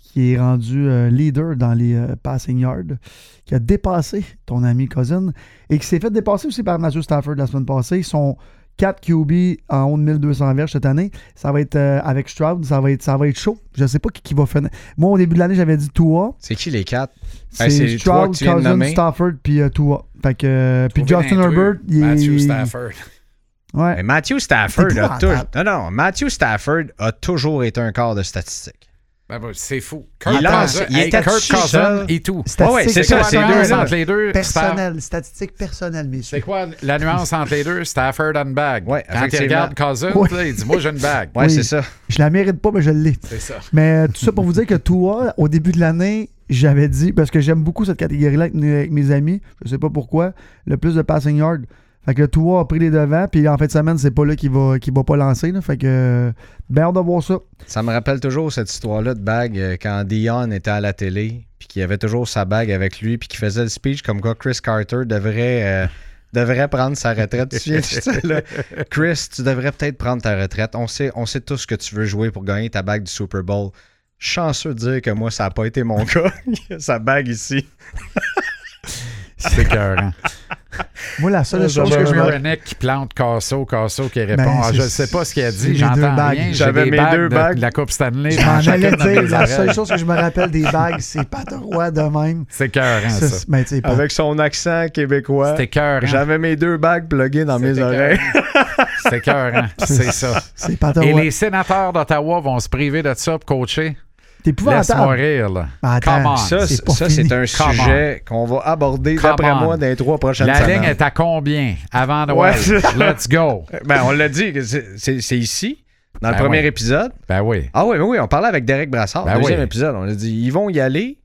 D: qui est rendu euh, leader dans les euh, passing yards, qui a dépassé ton ami Cousin et qui s'est fait dépasser aussi par Matthew Stafford la semaine passée. Son 4 QB en haut de 1200 verges cette année, ça va être euh, avec Stroud, ça va être, ça va être chaud. Je sais pas qui, qui va finir. Moi, au début de l'année, j'avais dit Tua,
B: C'est qui les quatre?
D: c'est
B: Ben, c'est les trois
D: Stroud,
B: que tu viens de
D: Cousin,
B: nommer.
D: Stafford, puis euh, Tua. Fait que, euh, puis
C: Trouver
D: Justin
C: l'intrus,
D: Herbert, il est...
C: Matthew Stafford.
D: Ouais.
B: Mais Ben, Matthew Stafford
D: C'est
B: a toujours.
D: épouvantable.
B: Non, non, Matthew Stafford a toujours été un quart de statistique.
C: Ben, ben, c'est fou.
B: Il lance-
C: Cousin-
B: il était
C: Kirk
B: dessus
C: Cousin
B: seul.
C: et tout.
D: Statistique,
B: Ouais, ouais,
C: C'est
B: c'est ça,
C: quoi
B: ces
C: la nuance
B: deux-là.
C: entre les deux? Staff-
D: Personnel, statistique personnelle, messieurs.
C: C'est quoi la nuance entre les deux? Stafford and bag.
B: Ouais,
C: Quand il
B: effectivement.
C: regarde Cousin,
D: Ouais.
C: là, il dit Moi, j'ai une bag.
B: Ouais,
D: Oui.
B: c'est ça.
D: Je la mérite pas, mais je l'ai.
C: C'est ça.
D: Mais euh, tout ça pour vous dire que toi, au début de l'année, j'avais dit, parce que j'aime beaucoup cette catégorie-là avec, mes- avec mes amis, je sais pas pourquoi, le plus de passing yard. Fait que le Tour a pris les devants, puis en fin de semaine, c'est pas là qu'il va, qu'il va pas lancer. là. Fait que, euh, ben, on doit voir ça.
B: Ça me rappelle toujours cette histoire-là de bague euh, quand Dion était à la télé, puis qu'il avait toujours sa bague avec lui, puis qu'il faisait le speech comme quoi Chris Carter devrait, euh, devrait prendre sa retraite. Tu te souviens de ça, là? Chris, tu devrais peut-être prendre ta retraite. On sait, on sait tous que tu veux jouer pour gagner ta bague du Super Bowl. Chanceux de dire que moi, ça n'a pas été mon cas. Il a sa bague ici.
C: C'est écœurant.
D: Moi, la seule
C: Euh, Je
D: chose que je me
C: qui plante Casso, Casso qui répond.
D: Ben,
C: Ah,
D: c'est-
C: je ne sais pas ce qu'il a
D: j'ai
C: dit,
D: mes deux
C: j'entends
D: bagues.
C: rien. J'ai
E: J'avais
C: des
E: mes
C: bagues
E: deux
C: de-
E: bagues.
C: de la Coupe Stanley.
D: Je m'en
C: dans chacune
D: allais
C: de mes
D: Ah, dire, la
C: oreilles.
D: seule chose que je me rappelle des bagues, c'est Pat Roy de même.
C: C'est écœurant,
D: Ça,
C: Ah, ça.
D: c'est- ben, tu sais, Pat-
B: Avec son accent québécois.
C: C'est écœurant.
B: J'avais mes deux bagues pluguées dans mes
C: C'était
B: oreilles.
C: C'est écœurant. C'est ça.
D: c'est Pat
C: Et
D: Roy.
C: les sénateurs d'Ottawa vont se priver de ça pour coacher.
D: T'es
C: Laisse-moi
D: épouvantable.
C: rire, là.
D: Ben, attends,
C: Come on.
B: Ça,
D: c'est
B: c'est
D: pas
B: ça, c'est
D: fini.
B: un
C: Come
B: sujet qu'on va aborder,
C: Come
B: d'après
C: on.
B: moi, dans les trois prochaines
C: La
B: semaines.
C: ligne est à combien avant Noël?
B: Ouais, c'est-
C: Let's go.
B: Ben, on l'a dit, que c'est- c'est c'est ici, dans le
C: Ben
B: premier
C: ouais.
B: épisode.
C: Ben oui.
B: Ah oui, oui, oui, on parlait avec Derek Brassard,
C: Ben
B: deuxième
C: oui.
B: épisode. On a dit, ils vont y aller,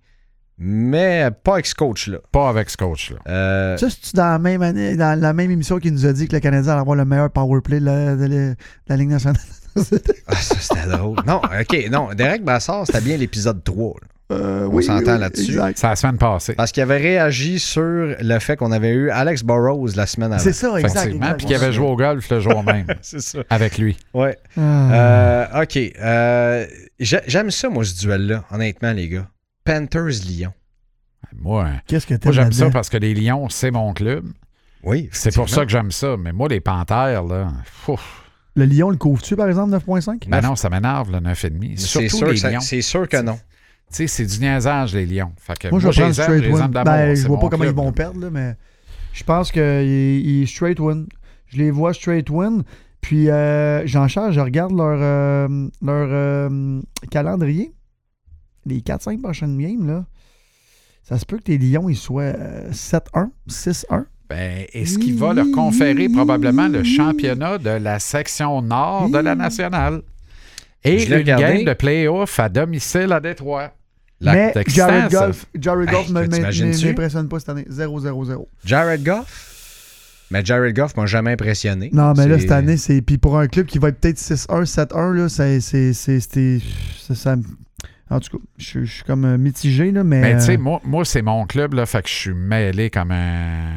B: mais pas avec ce coach-là.
C: Pas avec ce coach-là.
B: Euh,
D: Ça, c'est-tu dans la même année, dans la même émission qui nous a dit que le Canadien allait avoir le meilleur power play de la, de la- de la Ligue nationale?
B: ah, ça, c'était drôle. Non, OK, non, Derek Brassard, c'était bien l'épisode 3. là. On s'entend là-dessus.
D: Euh, exact.
C: C'est la semaine passée.
B: Parce qu'il avait réagi sur le fait qu'on avait eu Alex Burrows la semaine
D: C'est
B: avant.
D: ça, exact.
C: Ah, Effectivement.
D: exact.
C: Puis qu'il avait joué au golf le jour même
B: C'est ça.
C: avec lui.
B: Ouais.
D: Ah.
B: Euh, OK. euh, j'ai- J'aime ça, moi, ce duel-là, honnêtement, les gars. Panthers-Lyon.
C: Moi, hein.
D: Qu'est-ce que t'aimes
C: moi j'aime ça
D: là-dedans?
C: parce que les Lions, c'est mon club.
B: Oui.
C: C'est pour ça que j'aime ça. Mais moi, les Panthères, là, ouf.
D: Le Lyon, le couvre-tu, par exemple, 9.5?
C: Ben non, ça m'énerve, le 9,5.
B: C'est
C: Surtout
B: sûr,
C: les
B: que ça-
C: Lions. Tu
B: c'est sûr que non.
C: sais, c'est du niaisage, les Lions. Fait que
D: Moi, je vais
C: je les
D: prendre
C: aime,
D: straight
C: je les
D: win.
C: aime d'amour.
D: Ben, je
C: C'est
D: vois
C: mon
D: pas comment ils
C: club,
D: vont
C: là.
D: perdre, là, mais je pense qu'ils straight win. Je les vois straight win. Puis euh, j'en charge, je regarde leur, euh, leur euh, calendrier. Les 4-5 prochaines games, là. Ça se peut que tes Lions, ils soient euh, 7-1, 6-1.
C: Ben, est-ce qu'il va leur conférer probablement le championnat de la section nord de la nationale? Et
B: Je l'ai
C: une
B: regardé.
C: game de playoff à domicile à Détroit. La-
D: Mais
C: c'est excitant,
D: Jared
C: ça.
D: Goff, Jared Goff
B: Hey,
D: me-
B: t'imagines-tu?
D: me- m'impressionne pas cette année. 0-0-0.
B: Jared Goff. Mais Jared Goff m'a jamais impressionné.
D: Non, mais là,
B: C'est-
D: cette année, c'est. Puis pour un club qui va être peut-être 6-1, 7-1, là, c'est. c'est- c'est- c'était- ça- ça- En tout cas, je, je suis comme euh, mitigé, là, mais.
B: Ben,
C: Mais Ben, tu sais,
D: euh,
C: moi, moi c'est mon club, là, fait que je suis mêlé comme un,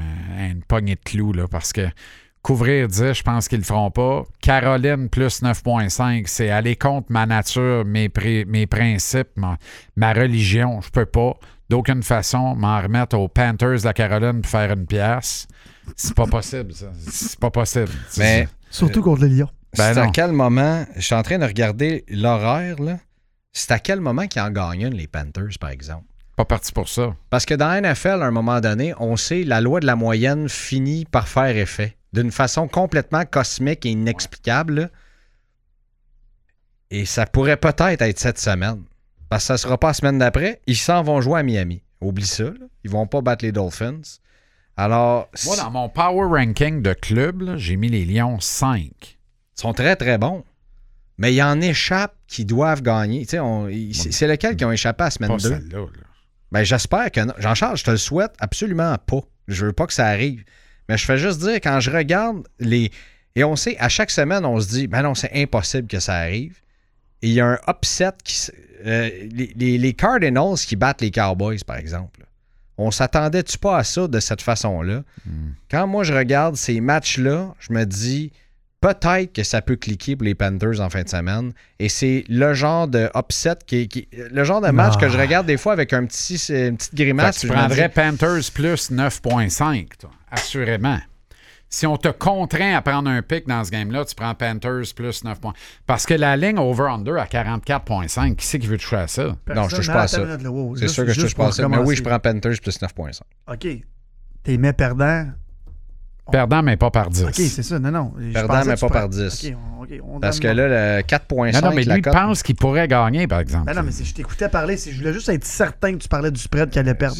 C: une poignée de clous, là, parce que couvrir 10, je pense qu'ils le feront pas. Caroline plus 9.5, c'est aller contre ma nature, mes, pri- mes principes, ma, ma religion. Je peux pas, d'aucune façon, m'en remettre aux Panthers de la Caroline pour faire une pièce. C'est pas possible, ça. C'est pas possible.
B: Mais
D: surtout contre le Lyon.
C: Ben
B: c'est à
C: non.
B: quel moment. Je suis en train de regarder l'horaire, là. C'est à quel moment qu'ils en gagnent une, les Panthers, par exemple?
C: pas parti pour ça.
B: Parce que dans la NFL, à un moment donné, on sait la loi de la moyenne finit par faire effet d'une façon complètement cosmique et inexplicable. là. Et ça pourrait peut-être être cette semaine. Parce que ça ne sera pas la semaine d'après. Ils s'en vont jouer à Miami. Oublie ça. Ils Ils vont pas battre les Dolphins. Alors,
C: Moi, dans mon power ranking de club, là, j'ai mis les Lions 5.
B: ils sont très, très bons. Mais il en échappe qui doivent gagner. Tu sais, on- ils- c'est c'est lesquels qui ont échappé à la semaine
C: Pas
B: 2?
C: celle-là. là.
B: Ben, j'espère que non. Jean-Charles, je te le souhaite absolument pas. Je veux pas que ça arrive. Mais je fais juste dire, quand je regarde les. Et on sait, à chaque semaine, on se dit, ben non, c'est impossible que ça arrive. Et il y a un upset qui. s- euh, les, les- les Cardinals qui battent les Cowboys, par exemple. On s'attendait-tu pas à ça de cette façon-là?
C: Hmm.
B: Quand moi, je regarde ces matchs-là, je me dis, peut-être que ça peut cliquer pour les Panthers en fin de semaine. Et c'est le genre de upset qui, qui- le genre de match
D: Ah.
B: que je regarde des fois avec un petit, une petite
C: Fait
B: grimace.
C: que tu
B: puis je me
C: prendrais
B: dis,
C: Panthers plus 9.5, toi, assurément. Si on te contraint à prendre un pic dans ce game-là, tu prends Panthers plus 9 points. Parce que la ligne over-under à 44.5, qui c'est qui veut toucher à ça?
B: Non, je touche pas à ça. C'est sûr que je touche pas à ça. Mais oui, je prends Panthers plus 9.5.
D: OK. T'es mais perdant.
C: Perdant, mais pas par 10.
D: OK, c'est ça. Non, non. je
B: Perdant,
D: pensais que
B: mais
D: tu
B: pas
D: prends-
B: par 10.
D: OK, on- OK, on
B: Parce que
D: donne-
B: là, le 4.5,
C: non, non, mais
B: la
C: lui
B: cote-
C: pense qu'il pourrait gagner, par exemple.
D: Ben non, mais c'est- je t'écoutais parler. c'est- Je voulais juste être certain que tu parlais du spread qu'elle allait perdre.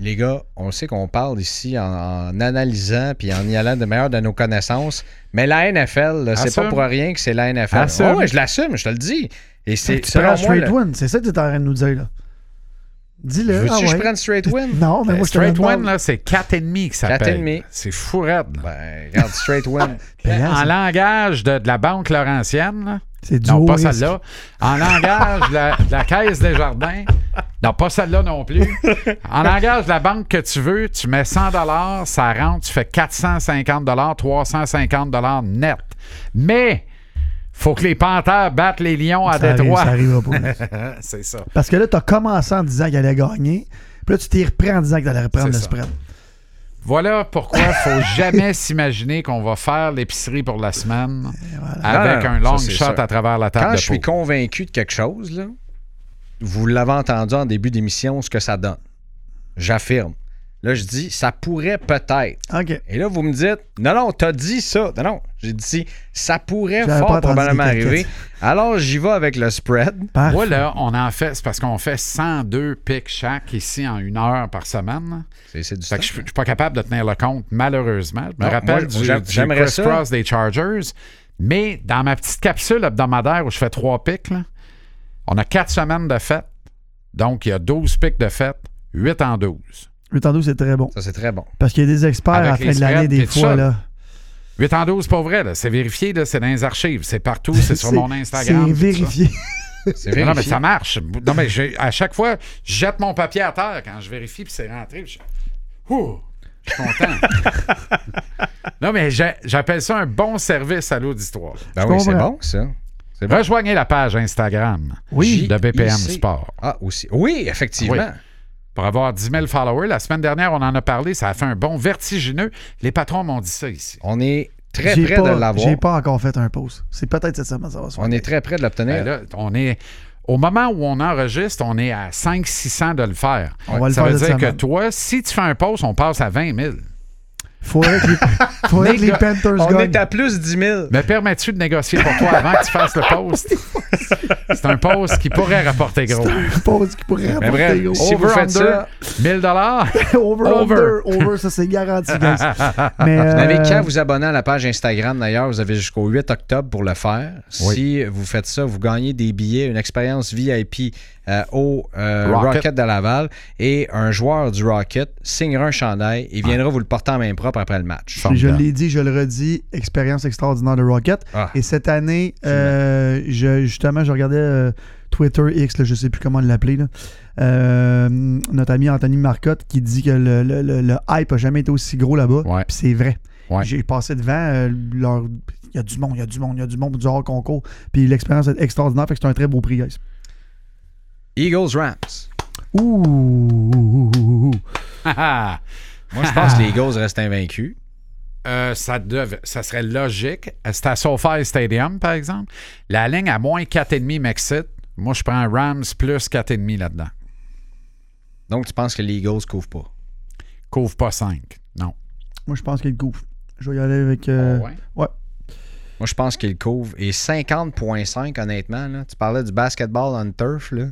B: Les gars, on sait qu'on parle ici en, en analysant puis en y allant de meilleur de nos connaissances, mais la NFL, là, c'est
C: Assume.
B: pas pour rien que c'est la NFL.
C: Assume.
B: Oh, ouais, je l'assume, je te le dis. Et c'est
D: Tu
B: selon
D: prends
B: moi,
D: straight
B: le-
D: win. C'est ça que tu es en train de nous dire, là. Dis-le.
B: Veux-tu
D: ah
B: que je
D: ouais.
B: prenne straight win?
D: Non, mais
C: Ben,
D: moi, je te
C: Straight
D: le demande.
C: One, là, c'est 4,5 que ça paye.
B: 4,5.
C: C'est fou raide. là.
B: Ben, regarde, straight win.
D: Payant,
C: en
D: Ben, c'est-
C: langage de, de la Banque Laurentienne, là.
D: c'est du
C: non,
D: haut
C: pas
D: risque.
C: celle-là. En langage de la, de la Caisse des Jardins, non, pas celle-là non plus. En langage de la banque que tu veux, tu mets 100 ça rentre, tu fais 450 350 net. Mais, faut que les Panthères battent les Lions à
D: Ça arrive,
C: Détroit.
D: ça arrivera pas.
C: C'est ça.
D: Parce que là, t'as commencé en disant qu'il allait gagner. Puis là, tu t'es repris en disant qu'il allait reprendre le
C: C'est ça.
D: spread.
C: Voilà pourquoi faut jamais s'imaginer qu'on va faire l'épicerie pour la semaine avec
B: Non, non,
C: un long
B: ça, c'est
C: shot
B: sûr.
C: à travers la table
B: Quand
C: de
B: je suis
C: poker.
B: convaincu de quelque chose, là, vous l'avez entendu en début d'émission, ce que ça donne. J'affirme. Là, je dis, ça pourrait peut-être.
D: OK.
B: Et là, vous me dites, non, non, t'as dit ça. Non, non, j'ai dit, ça pourrait
D: J'avais pas
B: fort
D: entendu
B: probablement
D: les
B: arriver.
D: calculs.
B: Alors, j'y vais avec le spread.
D: Parfait.
C: Moi, là, on en fait, c'est parce qu'on fait 102 pics chaque ici en une heure par semaine.
B: C'est c'est du
C: Fait
B: temps.
C: que je ne suis pas capable de tenir le compte, malheureusement. Je me
B: Non,
C: rappelle
B: moi,
C: du,
B: j'a-
C: du
B: j'aimerais ça.
C: cross des Chargers. Mais dans ma petite capsule hebdomadaire où je fais trois pics, là, on a quatre semaines de fête. Donc, il y a 12 pics de fête, 8 en 12.
D: Le tendo, c'est très bon.
B: Ça, c'est très bon.
D: Parce qu'il y a des experts
C: Avec
D: à la fin
C: les
D: de l'année,
C: spreads,
D: des
C: t'es tout
D: fois.
C: seul.
D: là.
C: 8 en 12, pas vrai, là. c'est vérifié, là, c'est dans les archives, c'est partout, c'est sur mon Instagram.
D: C'est
C: tout ça.
D: vérifié.
B: C'est
C: Non, non, mais
B: vérifié.
C: ça marche. Non, mais j'ai- à chaque fois, je jette mon papier à terre quand je vérifie, puis c'est rentré. puis je... Ouh, je suis content. non, mais j'ai- j'appelle ça un bon service à l'auditoire.
B: Ben
D: Je
B: oui, c'est
D: comprends.
B: bon, ça. C'est bon.
C: Rejoignez la page Instagram
D: Oui.
C: de BPM
B: JIC.
C: Sport.
B: Ah, aussi. Oui, effectivement.
C: Pour avoir 10 000 followers, la semaine dernière, on en a parlé, ça a fait un bon vertigineux. Les patrons m'ont dit ça ici.
B: On est très
D: J'ai
B: près
D: pas-
B: de l'avoir.
D: J'ai pas encore fait un pause. C'est peut-être cette semaine, ça va se faire.
B: On est très près de l'obtenir.
C: Ben là, on est. Au moment où on enregistre, on est à 500-600 de le faire.
D: On va le
C: ça
D: faire
C: veut
D: cette
C: dire que
D: semaine.
C: toi, si tu fais un post, on passe à 20 000.
D: Faudrait que les, faudrait que les
C: Nigga,
D: Panthers
B: on
D: gagnent.
B: est à plus 10 000.
C: Me permets-tu Ben, de négocier pour toi avant que tu fasses le post? C'est un post qui pourrait rapporter gros.
D: Une pause qui pourrait
B: Mais
D: rapporter
B: bref,
D: gros.
B: si vous
C: Over,
B: faites ça,
C: under, 1000 dollars.
D: over,
C: over.
D: under, over, ça c'est garanti, guys. Mais,
B: Vous n'avez
D: euh,
B: qu'à vous abonner à la page Instagram d'ailleurs. Vous avez jusqu'au 8 octobre pour le faire.
C: Oui.
B: Si vous faites ça, vous gagnez des billets, une expérience VIP euh, au euh, Rocket.
C: Rocket.
B: de Laval et un joueur du Rocket signera un chandail et viendra vous le porter en main propre après le match.
D: je l'ai dit, je le redis, expérience extraordinaire de Rocket.
B: Ah.
D: Et cette année, euh, je- justement, je regardais euh, Twitter X, là, je sais plus comment l'appeler. là. Euh, notre ami Anthony Marcotte qui dit que le, le- le- le hype a jamais été aussi gros là-bas.
C: Ouais.
D: Puis c'est vrai.
C: Ouais.
D: J'ai passé devant euh, leur. Il y a du monde, il y a du monde, il y a du monde du hors concours. Puis l'expérience est extraordinaire, fait que c'est un très beau prix, guys.
B: Eagles Rams.
D: Ouh, ouh, ouh, ouh.
C: Ah,
B: Moi, je pense que les Eagles restent invaincus.
C: euh, ça, dev- ça serait logique. C'est à SoFi Stadium, par exemple. La ligne à moins 4,5 m'excite. Moi, je prends Rams plus 4,5 là-dedans.
B: Donc, tu penses que les Eagles couvrent pas?
C: Couvre pas 5. Non.
D: Moi, je pense qu'il couvre. Je vais y aller avec. euh,
C: Ah ouais?
D: ouais.
B: Moi, je pense qu'ils couvrent. Et 50,5, honnêtement, là, tu parlais du basketball on turf, là,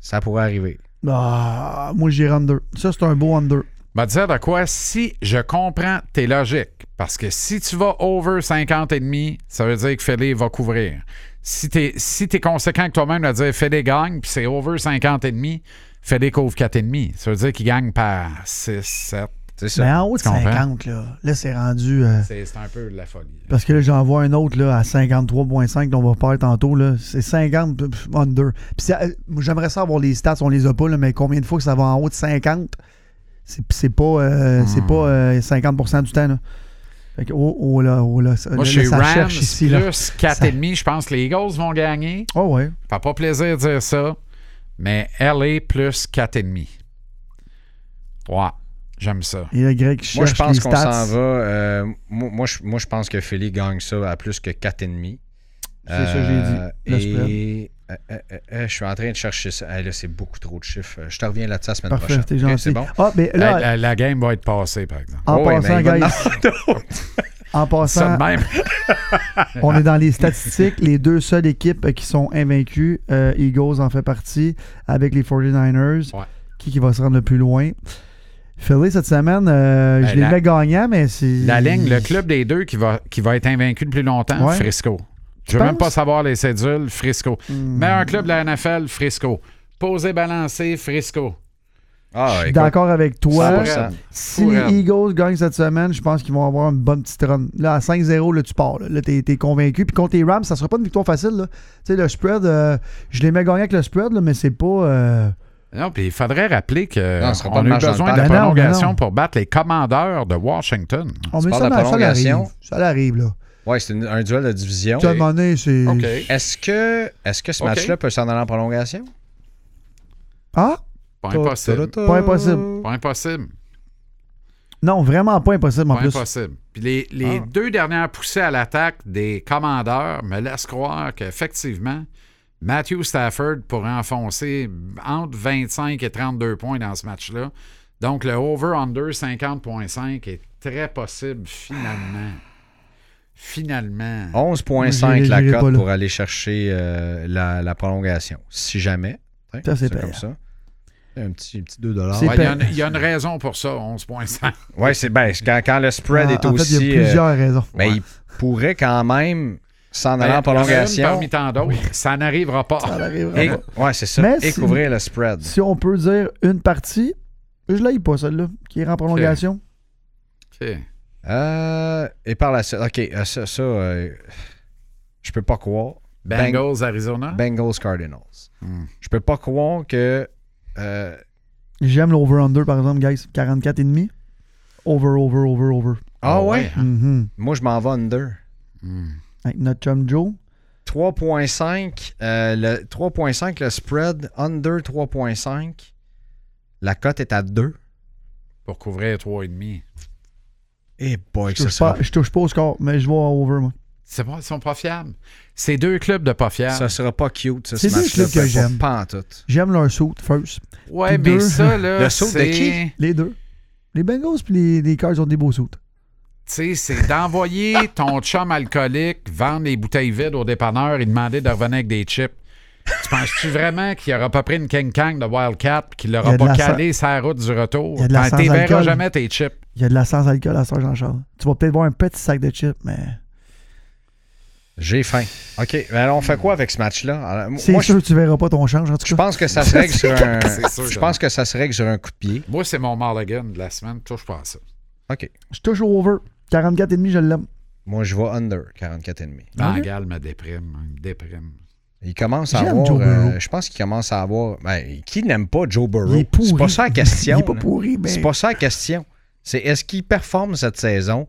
B: ça pourrait arriver.
D: Ah, moi, j'irai under. Ça, c'est un beau under.
C: Va dire de quoi si je comprends tes logiques. Parce que si tu vas over 50 et demi, ça veut dire que Félix va couvrir. Si t'es si t'es conséquent avec toi-même de dire Félix gagne, puis c'est over 50 et demi, Félix couvre 4 et demi. Ça veut dire qu'il gagne par 6, 7.
B: C'est ça.
D: Mais en haut de
C: tu comprends.
D: 50, là, là c'est rendu. euh,
C: C'est c'est un peu de la folie.
D: parce que là, j'en vois un autre là, à 53,5 dont on va parler tantôt. là. C'est 50 pff, under. Puis ça, euh, moi, j'aimerais ça avoir les stats, on les a pas, là, mais combien de fois que ça va en haut de 50 C'est c'est pas, euh, c'est
B: Hmm.
D: pas euh, 50% du temps. Là. Fait que, oh, oh là, oh là. ça-
C: Moi,
D: là,
C: je suis
D: ça
C: Rams
D: cherche ici. Là.
C: plus 4,5. Je pense que les Eagles vont gagner.
D: Oh, ouais.
C: Pas pas plaisir de dire ça, mais LA plus 4,5. Ouais, j'aime ça.
D: Et le grec qui
B: Moi, je
D: cherche les
B: pense qu'on
D: stats.
B: s'en va. euh, moi, moi, je, moi, je pense que Philly gagne ça à plus que 4,5.
D: C'est ça que j'ai dit, le spread.
B: Euh, Et euh, euh, euh, euh, je suis en train de chercher ça. Ah, là, c'est beaucoup trop de chiffres. Euh, Je te reviens là-dessus la semaine
D: Parfait,
B: prochaine.
D: t'es
B: Ok,
D: gentil.
B: c'est bon.
D: Ah, mais
C: La,
D: là,
C: la- la game va être passée, par exemple.
D: en
B: Oh, ouais,
D: passant,
B: mais il va
D: guys,
B: en avoir d'autres.
D: en
C: Ça
D: passant,
C: de même.
D: On est dans les statistiques. Les deux seules équipes euh, qui sont invaincues, euh, Eagles en fait partie, avec les 49ers.
C: Ouais.
D: Qui, qui va se rendre le plus loin? Philly, cette semaine, euh,
C: Ben,
D: je les
C: la-
D: mets gagnants, mais c'est.
C: La ligne, le club des deux qui va, qui va être invaincu le plus longtemps,
D: Ouais.
C: Frisco.
D: Tu
C: Je veux même
D: penses?
C: pas savoir les cédules, Frisco. Meilleur club de la NFL, Frisco. Posé balancé, Frisco.
B: Ah,
D: Je suis
B: écoute,
D: d'accord avec toi.
B: 100%.
D: Si
C: Pour
D: les
C: elle.
D: Eagles gagnent cette semaine, je pense qu'ils vont avoir une bonne petite run. Là, à 5-0, là, tu pars. Là, Là, t'es, t'es convaincu. Puis contre les Rams, ça sera pas une victoire facile. là. Tu sais, le spread, euh, je les mets gagnants avec le spread, là, mais c'est pas. euh,
C: Non, puis il faudrait rappeler
B: Non, ce sera pas
C: qu'on
B: de
C: a eu
B: marge dans le
C: besoin
B: temps.
C: de la
D: Ben non, ben
C: prolongation
D: non.
C: pour battre les commandeurs de Washington.
D: On
B: Tu
D: met
B: parles
D: Ah, ça
B: de
D: dans ça, ça arrive.
B: prolongation?
D: Ça arrive, là.
B: Ouais, c'est une- un duel de division.
D: Tu as demandé, c'est.
B: Est-ce que, est-ce que ce
C: Ok.
B: match-là peut s'en aller en prolongation?
D: Ah,
C: Pas impossible.
D: Pas impossible.
C: Pas impossible.
D: non, vraiment pas impossible en
C: Pas
D: plus.
C: impossible. Puis les, les
B: Ah.
C: deux dernières poussées à l'attaque des commandeurs me laissent croire qu'effectivement, Matthew Stafford pourrait enfoncer entre 25 et 32 points dans ce match-là. Donc le over-under 50.5 est très possible finalement. Finalement.
B: 11.5 la
D: J'irai- j'irai pas
B: cote
D: là.
B: pour aller chercher euh, la, la prolongation, si jamais. Hein,
D: Ça, c'est
B: comme
D: payant.
B: ça. Un petit, petit
D: C'est
C: Ouais,
B: 2$.
C: Il y a
D: pas-
C: une- il y, a une raison pour ça, 11.5.
B: Oui, c'est ben, c'est quand, quand le spread
D: En-
B: est
D: Ah, en
B: aussi.
D: fait, il y a
B: euh,
D: plusieurs raisons.
B: ben, il pourrait quand même s'en aller en
C: Il y en a Euh, une
B: prolongation.
C: Ben, Parmi tant d'autres, ça n'arrivera pas.
D: Ça n'arrivera
B: Et,
D: pas.
B: ouais, c'est ça.
D: Mais
B: et
D: si-
B: couvrir le spread.
D: Si on peut dire une partie, je l'aille pas, celle-là, qui est en prolongation.
C: Ok.
B: Euh, et par la suite. OK, euh, ça, ça euh, je peux pas croire. Bang-
C: Bengals, Arizona.
B: Bengals Cardinals.
C: Hmm.
B: Je peux pas croire que. euh,
D: J'aime l'over-under, par exemple, guys. 44,5. Over, over, over, over.
B: ah
C: Ah
B: ouais?
C: ouais.
D: Mhm.
B: Moi, je m'en vais under.
C: Hmm.
D: Avec notre chum Joe.
B: 3.5, euh, le 3.5, le spread, under 3.5. La cote est à 2.
C: Pour couvrir 3,5.
B: Et Eh boy,
D: Je
B: que ce
D: touche,
B: sera,
D: pas, je touche pas au score, mais je vais en over, moi.
C: C'est pas, ils sont pas fiables. Ces deux clubs de pas fiables.
B: ça sera pas cute, ça, ce
D: C'est deux
B: match-là.
D: clubs
B: Ben,
D: que
B: Pas-
D: j'aime.
B: Pas en tout.
D: J'aime leur saut, first.
C: ouais,
D: Puis
C: mais
D: deux.
C: ça, là.
B: Le saut de
C: c'est-
B: qui?
C: Tu
D: Les deux. Les Bengals puis les, les Cards ont des beaux sauts.
C: sais, c'est d'envoyer ton chum alcoolique vendre les bouteilles vides au dépanneur et demander de revenir avec des chips. Tu penses-tu vraiment qu'il n'aura pas pris une King Kang de Wildcat puis qu'il
D: Il y
C: l'aura
D: a de
C: pas
D: la
C: calé sa route du retour?
D: Il y a de la
C: Ben,
D: sans
C: T'y verras
D: alcool.
C: jamais tes chips.
D: Il y a de la sans-alcool à ça, Jean-Charles. Tu vas peut-être voir un petit sac de chips, mais
B: J'ai faim. OK, ben alors on fait quoi avec ce match-là? Alors, m-
D: c'est
B: Moi, je,
D: sûr que tu verras pas ton change, en
B: je
D: tout cas.
B: pense que ça se règle sur un...
C: C'est sûr,
B: Je
C: j'aime.
B: pense que ça se règle sur un coup de pied.
C: Moi, c'est mon Mulligan de la semaine. Touche pas à ça.
D: Ah
B: OK.
D: Je touche au over. 44,5, je l'aime.
B: Moi, je vais under 44,5.
C: Bengal me déprime. Il me déprime.
B: Il commence à
D: J'aime
B: avoir.
D: Joe
B: euh,
D: Burrow.
B: je pense qu'il commence à avoir. ben, qui n'aime pas Joe
D: Il
B: Burrow?
D: est pourri.
B: C'est pas ça la question.
D: Il est pas
B: là.
D: pourri, mais.
B: C'est pas ça la question. C'est est-ce qu'il performe cette saison?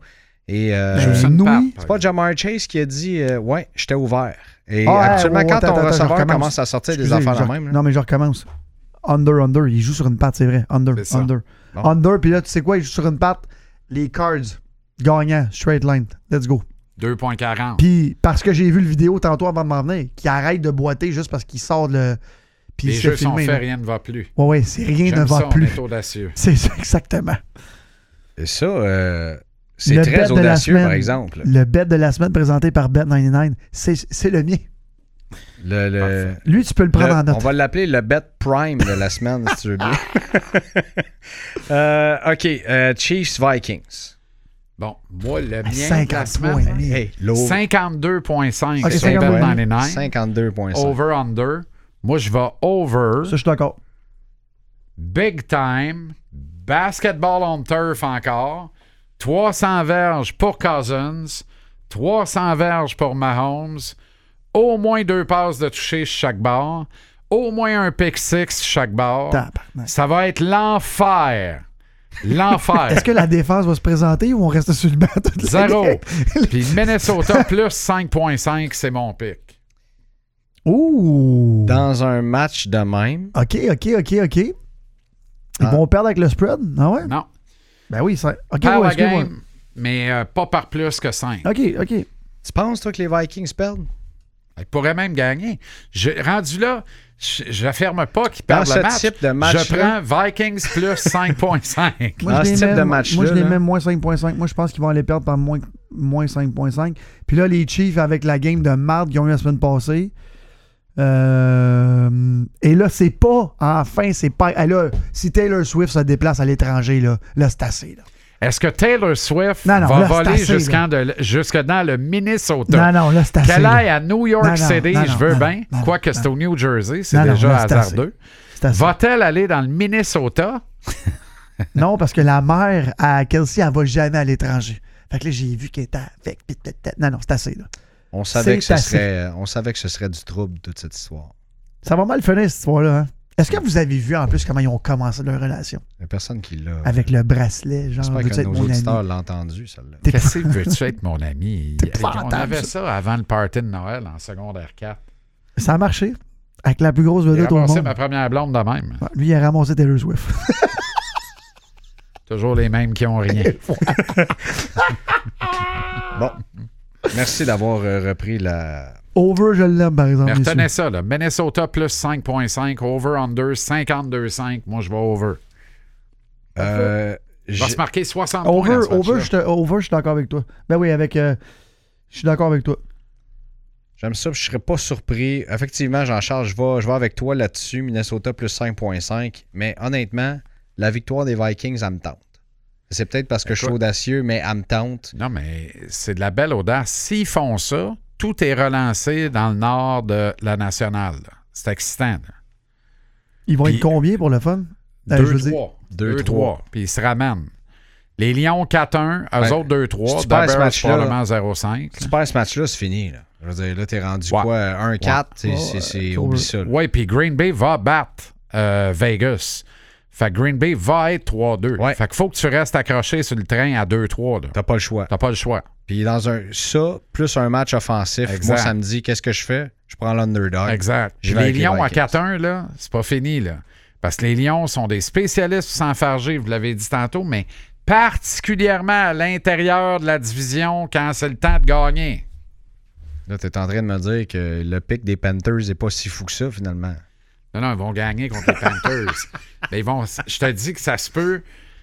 B: Et euh,
D: Ben,
B: c'est
C: Joseph
D: nous,
C: Papp, par
B: pas Jamar Chase qui a dit euh, Ouais, j'étais ouvert. Et
D: Ah, ouais,
B: habituellement,
D: ouais,
B: quand
D: attends,
B: ton
D: attends, je
B: receveur
D: recommence.
B: commence à sortir des
D: Excusez,
B: affaires
D: je-
B: de même, là.
D: Non, mais je recommence. Under, under. Il joue sur une patte, c'est vrai. Under,
C: C'est ça.
D: under.
B: Bon.
D: Under, puis là, tu sais quoi, il joue sur une patte. Les cards. Gagnant, straight line. Let's go.
C: 2,40.
D: Puis parce que j'ai vu le vidéo tantôt avant de m'en venir, qui arrête de boiter juste parce qu'il sort de le. Puis
C: Les
D: il se
C: jeux
D: fait
C: sont
D: filmer.
C: faits,
D: là.
C: rien ne va plus.
D: Ouais, ouais, c'est rien ne
C: J'aime ça,
D: va
C: on
D: plus.
C: est audacieux.
D: C'est ça, exactement.
B: Et ça, euh, c'est
D: Le bet
B: très
D: de la
B: audacieux, par
D: semaine.
B: exemple.
D: Le bet de la semaine présenté par Bet99, c'est c'est le mien.
B: Le- le-
C: Parfait.
D: Lui, tu peux le prendre
B: Le-
D: en
B: On
D: note.
B: va l'appeler le bet prime de la semaine, si tu veux bien. Euh, OK, euh, Chiefs Vikings.
C: Bon, moi, le
D: À
C: mien de la
D: 53 et
C: semaine,
D: demi. Ah,
B: Hey, lourd.
C: 52,5
D: Ok,
C: sur
D: 52.
C: Bet 99,
B: 52.5.
C: Over-under. Moi, je vais over.
D: Ça, je suis d'accord.
C: Big time. Basketball on turf encore. 300 verges pour Cousins. 300 verges pour Mahomes. Au moins deux passes de toucher chaque barre. Au moins un pick six chaque barre.
D: Tabarnak.
C: Ça va être l'enfer. L'enfer.
D: Est-ce que la défense va se présenter ou on reste sur le banc toute la
C: Zéro.
D: game?
C: Puis Minnesota plus 5.5, c'est mon pic.
D: Ouh!
B: Dans un match de même,
D: OK, OK, OK, OK. Ils
B: Ah.
D: vont perdre avec le spread? Ah ouais?
C: Non.
D: Ben oui, ça. OK,
C: Par
D: ouais,
C: la
D: excuse-moi. Ah.
C: game, mais euh, pas par plus que 5.
D: OK, OK.
B: tu penses, toi, que les Vikings perdent?
C: Ils pourraient même gagner. Je, rendu là, je- j'affirme pas qu'ils
B: Dans
C: perdent
B: ce
C: le match.
B: type de match
C: je prends Vikings plus 5.5.
D: Moi,
B: Dans
D: je
B: ce
D: les
B: type
D: mets-
B: de match-là,
D: Moi, je les
B: là.
D: mets moins 5.5. Moi, je pense qu'ils vont aller perdre par moins, moins 5.5. Puis là, les Chiefs, avec la game de marde qu'ils ont eu la semaine passée. euh, et là, c'est pas. Enfin, c'est pas. eh, là, si Taylor Swift se déplace à l'étranger, là, là c'est assez. Là.
C: Est-ce que Taylor Swift
D: Non, non,
C: va
D: là, c'est
C: voler
D: assez,
C: jusqu'en de- jusque dans le Minnesota?
D: Non, non, là, c'est assez.
C: Qu'elle
D: là.
C: aille à New York
D: Non, non,
C: City,
D: non,
C: je
D: non,
C: veux
D: non,
C: bien.
D: non,
C: Quoique
D: non.
C: c'est au New Jersey, c'est
D: Non, non,
C: déjà
D: là, c'est assez.
C: hasardeux.
D: C'est assez.
C: Va-t-elle aller dans le Minnesota?
D: non, parce que la mère à Kelsey, elle va jamais à l'étranger. Fait que là, j'ai vu qu'elle était avec. pis tut, tut. Non, non, c'est assez. Là.
B: On savait, que ce
D: C'est assez.
B: serait, on savait que ce serait du trouble, toute cette histoire.
D: Ça va mal finir, cette histoire-là. hein. Est-ce que vous avez vu en plus comment ils ont commencé leur relation?
B: Il n'y a personne qui l'a.
D: Avec le bracelet, genre,
B: J'espère
D: veux-tu
B: que
D: être
B: nos
D: mon ami?
B: auditeurs l'ont entendu, celle-là.
D: T'es
C: Qu'est-ce que veux-tu être, mon ami?
D: T'es
C: On
D: épouvantable,
C: avait ça avant le party de Noël en secondaire 4.
D: Ça a marché. Avec la plus grosse
C: J'ai
D: vedette au
C: ramassé
D: monde.
C: ma première blonde de même.
D: Ouais, Lui, il a ramassé Taylor Swift.
C: Toujours les mêmes qui ont rien.
B: Bon. Merci d'avoir euh, repris la.
D: Over, je l'aime, par exemple.
C: Mais
D: messieurs.
C: retenez ça, là. Minnesota plus 5.5, over-under 52.5. Moi, je vais over.
B: Euh,
C: Je vais
B: j'ai-
C: se marquer 60 points
D: Over,
C: dans ce
D: over,
C: match-là.
D: je te- over, je suis d'accord avec toi. Ben oui, avec. euh, je suis d'accord avec toi.
B: J'aime ça, puis je serais pas surpris. Effectivement, Jean-Charles, je vais, je vais avec toi là-dessus. Minnesota plus 5.5. Mais honnêtement, la victoire des Vikings, elle me tente. C'est peut-être parce que je suis
C: Écoute.
B: audacieux, mais elle me tente.
C: Non, mais c'est de la belle audace. S'ils font ça, tout est relancé dans le nord de la nationale. là. C'est excitant. là.
D: Ils vont
C: Puis-
D: être combien pour le fun?
B: Ben,
D: Euh, je veux
C: 2-3.
D: dire-
C: 2-3. Puis ils se ramènent. Les Lions 4-1, eux
B: Ouais.
C: autres 2-3.
B: Ben, Si tu perds ce
C: Dabbers,
B: match-là,
C: probablement 0-5.
B: Si tu perds ce match-là, c'est fini. Là. Je veux dire, là, t'es rendu
C: Ouais.
B: quoi? 1-4, c'est-
D: Ouais,
B: c'est- c'est
D: ouais.
B: oublie ça. là.
C: Oui, puis Green Bay va battre euh, Vegas. Fait que Green Bay va être 3-2.
B: Ouais.
C: Fait qu'il faut que tu restes accroché sur le train à 2-3. là.
B: T'as pas le choix.
C: T'as pas le choix.
B: Puis dans un ça, plus un match offensif,
C: Exact.
B: moi samedi, qu'est-ce que je fais? Je prends l'underdog.
C: Exact.
B: J'y vais
C: les
B: avec les
C: Lions à
B: Vikings.
C: 4-1, là, c'est pas fini, là. Parce que les Lions sont des spécialistes sans farger, vous l'avez dit tantôt, mais particulièrement à l'intérieur de la division quand c'est le temps de gagner.
B: Là, t'es en train de me dire que le pic des Panthers n'est pas si fou que ça, finalement.
C: Non, non, ils vont gagner contre les Panthers. Mais ils vont. Je te dis que ça se peut.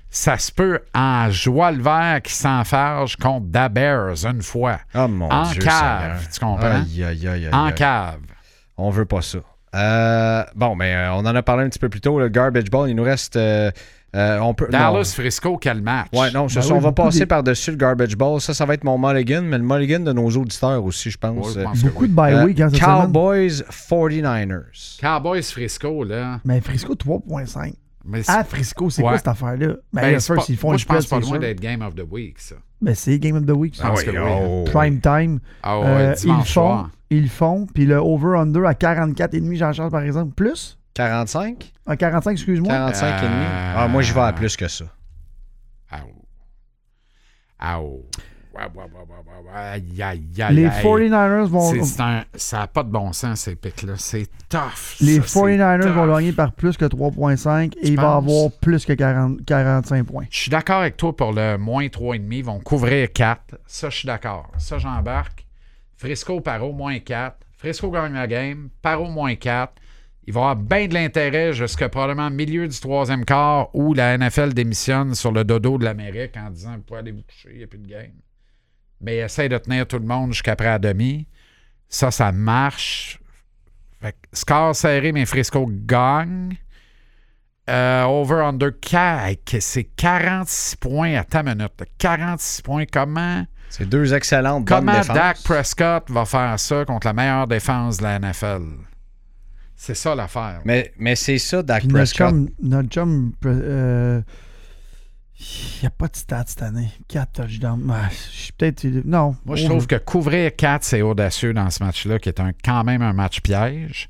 C: Ça se peut en joie le vert qui s'enfarge contre Dabbers une fois.
B: Oh mon
C: En
B: Dieu.
C: cave,
B: Seigneur.
C: tu comprends?
B: Aïe, aïe, aïe, aïe,
C: En
B: aïe.
C: cave.
B: On veut pas ça. Euh, bon, mais euh, on en a parlé un petit peu plus tôt, le garbage ball. Il nous reste. euh, euh, on peut, non.
C: Dallas Frisco, quel match.
B: Ouais, non, c'est
D: Ben
B: ça,
D: oui,
B: on va
D: beaucoup
B: passer
D: des-
B: par-dessus le garbage ball. Ça, ça va être mon mulligan, mais le mulligan de nos auditeurs aussi, je
C: Ouais,
B: pense.
C: je
B: Euh,
C: pense que
D: Beaucoup
C: oui.
D: de bye
B: euh,
D: week hein, cette semaine.
B: Cowboys 49ers.
C: Cowboys Frisco, là.
D: Mais Frisco 3.5.
C: Mais c'est-
D: Ah, Frisco, c'est
C: Ouais.
D: quoi cette affaire-là? Ben,
C: Ben,
D: le
C: c'est
D: first,
C: pas-
D: ils font
C: moi,
D: une
C: je pense
D: spread,
C: pas
D: c'est
C: loin
D: sûr.
C: d'être Game of the Week, ça.
D: Ben, c'est Game of the Week.
C: Ah
B: Ah
C: oui,
B: oui,
C: oh.
B: oh.
D: Prime time.
C: Ah ouais,
D: Euh, ils le
C: dimanche
D: font.
C: soir.
D: Ils le font. Puis le over-under à 44,5, Jean-Charles, par exemple. Plus?
B: 45?
D: À 45, excuse-moi.
B: 45 et demi?
C: Euh,
B: Ah, moi, j'y vais à plus que ça.
C: Aou. Aou. Ouah, ouah, ouah, ouah, ouah, ouah. Aïe, aïe, aïe,
D: Les
C: aïe.
D: 49ers vont.
C: C'est- c'est un- ça n'a pas de bon sens, ces pics-là. C'est tough.
D: Les
C: ça, c'est
D: 49ers vont
C: tough.
D: gagner par plus que 3.5 et il va
C: penses?
D: avoir plus que 40 45 points.
C: Je suis d'accord avec toi pour le moins 3,5. Ils vont couvrir 4. Ça, je suis d'accord. Ça, j'embarque. Frisco Paro, moins 4. Frisco gagne la game. Paro, moins 4. Il va y avoir bien de l'intérêt jusqu'à probablement milieu du troisième quart où la NFL démissionne sur le dodo de l'Amérique en disant Vous pouvez aller vous coucher, il n'y a plus de game. Mais essaye de tenir tout le monde jusqu'après la demi. Ça, ça marche. Fait que score serré, mais Frisco gagne. Euh, Over-under, ca- que c'est 46 points à ta minute. 46 points, comment?
B: C'est deux excellentes bonnes
C: Comment
B: défenses.
C: Dak Prescott va faire ça contre la meilleure défense de la NFL? C'est ça l'affaire.
B: Mais, mais c'est ça, Dak
D: Puis notre
B: Prescott.
D: chum, notre chum, euh, il n'y a pas de stats cette année. 4 touchdowns. Ah, je suis peut-être. Non.
C: Moi, je trouve que couvrir 4, c'est audacieux dans ce match-là, qui est un, quand même un match piège.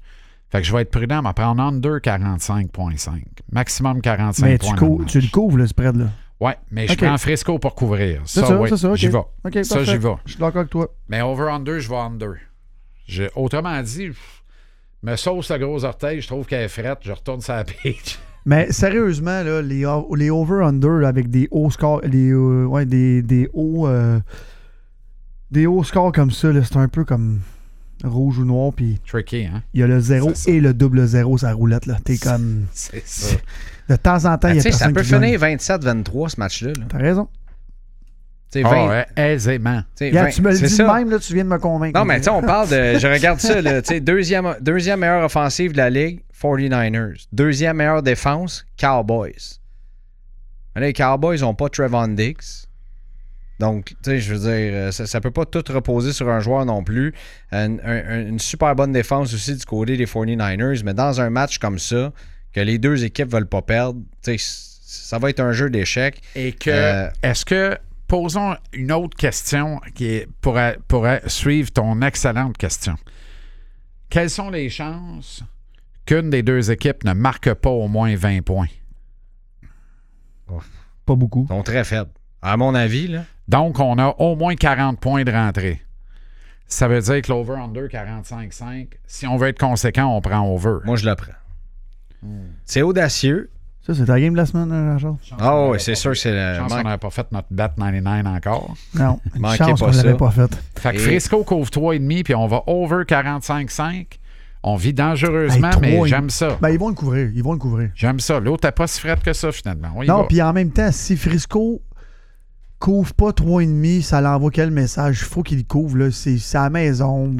C: Fait que je vais être prudent, mais prendre under 45.5. Maximum 45
D: Mais
C: points.
D: tu,
C: dans le
D: cou-
C: match.
D: tu le couvres, le spread, là.
C: Ouais, mais je
D: Ok.
C: prends Frisco pour couvrir.
D: C'est
C: Ça,
D: ça,
C: oui,
D: c'est ça, ok.
C: j'y vais.
D: Ok,
C: ça, j'y
D: parfait.
C: vais.
D: Je suis d'accord avec toi.
C: Mais over-under, je vais under. Je- autrement dit, je me sauce le gros orteil, je trouve qu'elle est frette, je retourne sa page.
D: Mais sérieusement, là, les, o- les over-under là, avec des hauts scores, les, euh, ouais, des, des hauts euh, des hauts scores comme ça, là, c'est un peu comme rouge ou noir. Puis
C: Tricky, hein?
D: il y a le 0
C: C'est ça.
D: et le double 0 sa roulette. Là. T'es comme.
C: C'est ça.
D: De temps en temps,
B: Ah,
D: il y
B: tu
D: a
B: sais, ça
D: personne
B: peut
D: qui gagne.
B: finir 27-23 ce match-là. là.
D: T'as raison.
B: Tu sais,
C: Ah
B: 20
C: ouais, aisément.
B: tu sais,
D: Regarde,
B: 20
D: tu me le
B: c'est
D: dis de
B: ça.
D: même, là, tu viens de me convaincre.
B: Non, mais tu sais, on parle de. Je regarde ça, là, tu sais, deuxième, deuxième meilleure offensive de la ligue, 49ers. Deuxième meilleure défense, Cowboys. Mais là, les Cowboys n'ont pas Trevon Diggs. Donc, tu sais, je veux dire, euh, ça, ça peut pas tout reposer sur un joueur non plus. Une, un- une super bonne défense aussi du côté des 49ers, mais dans un match comme ça, que les deux équipes veulent pas perdre, tu sais, ça va être un jeu d'échecs.
C: Et que,
B: Euh,
C: est-ce que, posons une autre question qui est pour, pour suivre ton excellente question. Quelles sont les chances qu'une des deux équipes ne marque pas au moins 20 points?
E: Pas beaucoup.
B: Ils sont très faibles. À mon avis, là,
C: Donc, on a au moins 40 points de rentrée. Ça veut dire que l'over-under 45-5, si on veut être conséquent, on prend over.
B: moi, je le prends. C'est audacieux.
D: Ça, c'est ta game de la semaine, hein, Jean-Charles?
B: Ah
C: Euh,
B: oui, c'est sûr que c'est
D: Euh,
B: le.
C: chance qu'on
B: manque-
C: n'avait pas fait notre bet 99 encore.
D: Non, une
B: Manquez
D: chance
B: pas
D: qu'on ne
B: ça.
D: l'avait pas faite.
C: Fait que
B: Et-
C: Frisco couvre 3,5 puis on va over 45-5. On vit dangereusement,
D: Hey,
C: mais
D: trois,
C: j'aime ça.
D: Ben, ils vont le couvrir. Ils vont le couvrir.
C: J'aime ça. L'autre n'est pas si frette que ça, finalement. On y
D: Non,
C: va.
D: puis en même temps, si Frisco couvre pas 3,5, ça l'envoie quel message? Faut qu'il le couvre, là. C'est c'est à la maison.
C: Ben,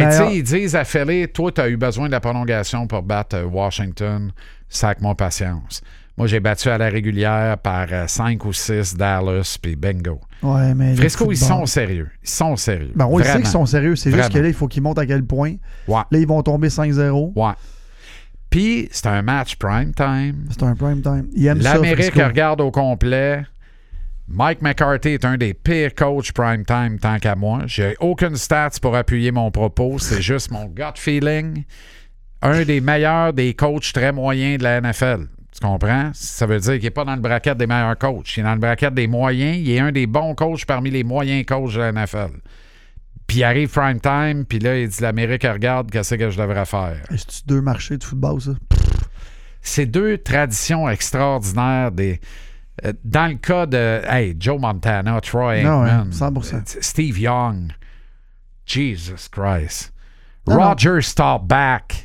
C: tu
D: Mais,
C: sais, ils disent à Félix, toi, tu as eu besoin de la prolongation pour battre euh, Washington. Sac mon patience. Moi, j'ai battu à la régulière par 5 ou 6 Dallas, puis bingo.
D: ah, ouais, mais le
C: Frisco, ils
D: football-
C: sont sérieux. Ils sont sérieux.
D: Ben, on le sait
C: Vraiment.
D: qu'ils sont sérieux. C'est juste
C: Vraiment.
D: que là, il faut qu'ils montent à quel point.
C: Ouais.
D: Là, ils vont tomber 5-0.
C: Ouais. Puis, c'est un match prime time.
D: C'est un prime time. Ils aiment ça,
C: L'Amérique
D: Frisco.
C: regarde au complet. Mike McCarthy est un des pires coachs prime time tant qu'à moi. J'ai aucune stats pour appuyer mon propos. C'est juste mon gut feeling. Un des meilleurs des coachs très moyens de la NFL. Tu comprends? Ça veut dire qu'il n'est pas dans le bracket des meilleurs coachs. Il est dans le bracket des moyens. Il est un des bons coachs parmi les moyens coachs de la NFL. Puis il arrive prime time, puis là, il dit l'Amérique regarde, qu'est-ce que je devrais faire?
D: Est-ce deux marchés de football, ça?
C: ces deux traditions extraordinaires des. euh, Dans le cas de hey, Joe Montana, Troy
D: Non, hein, ouais,
C: Aikman,
D: 100%.
C: euh, Steve Young, Jesus Christ,
D: Non, non.
C: Roger Staubach.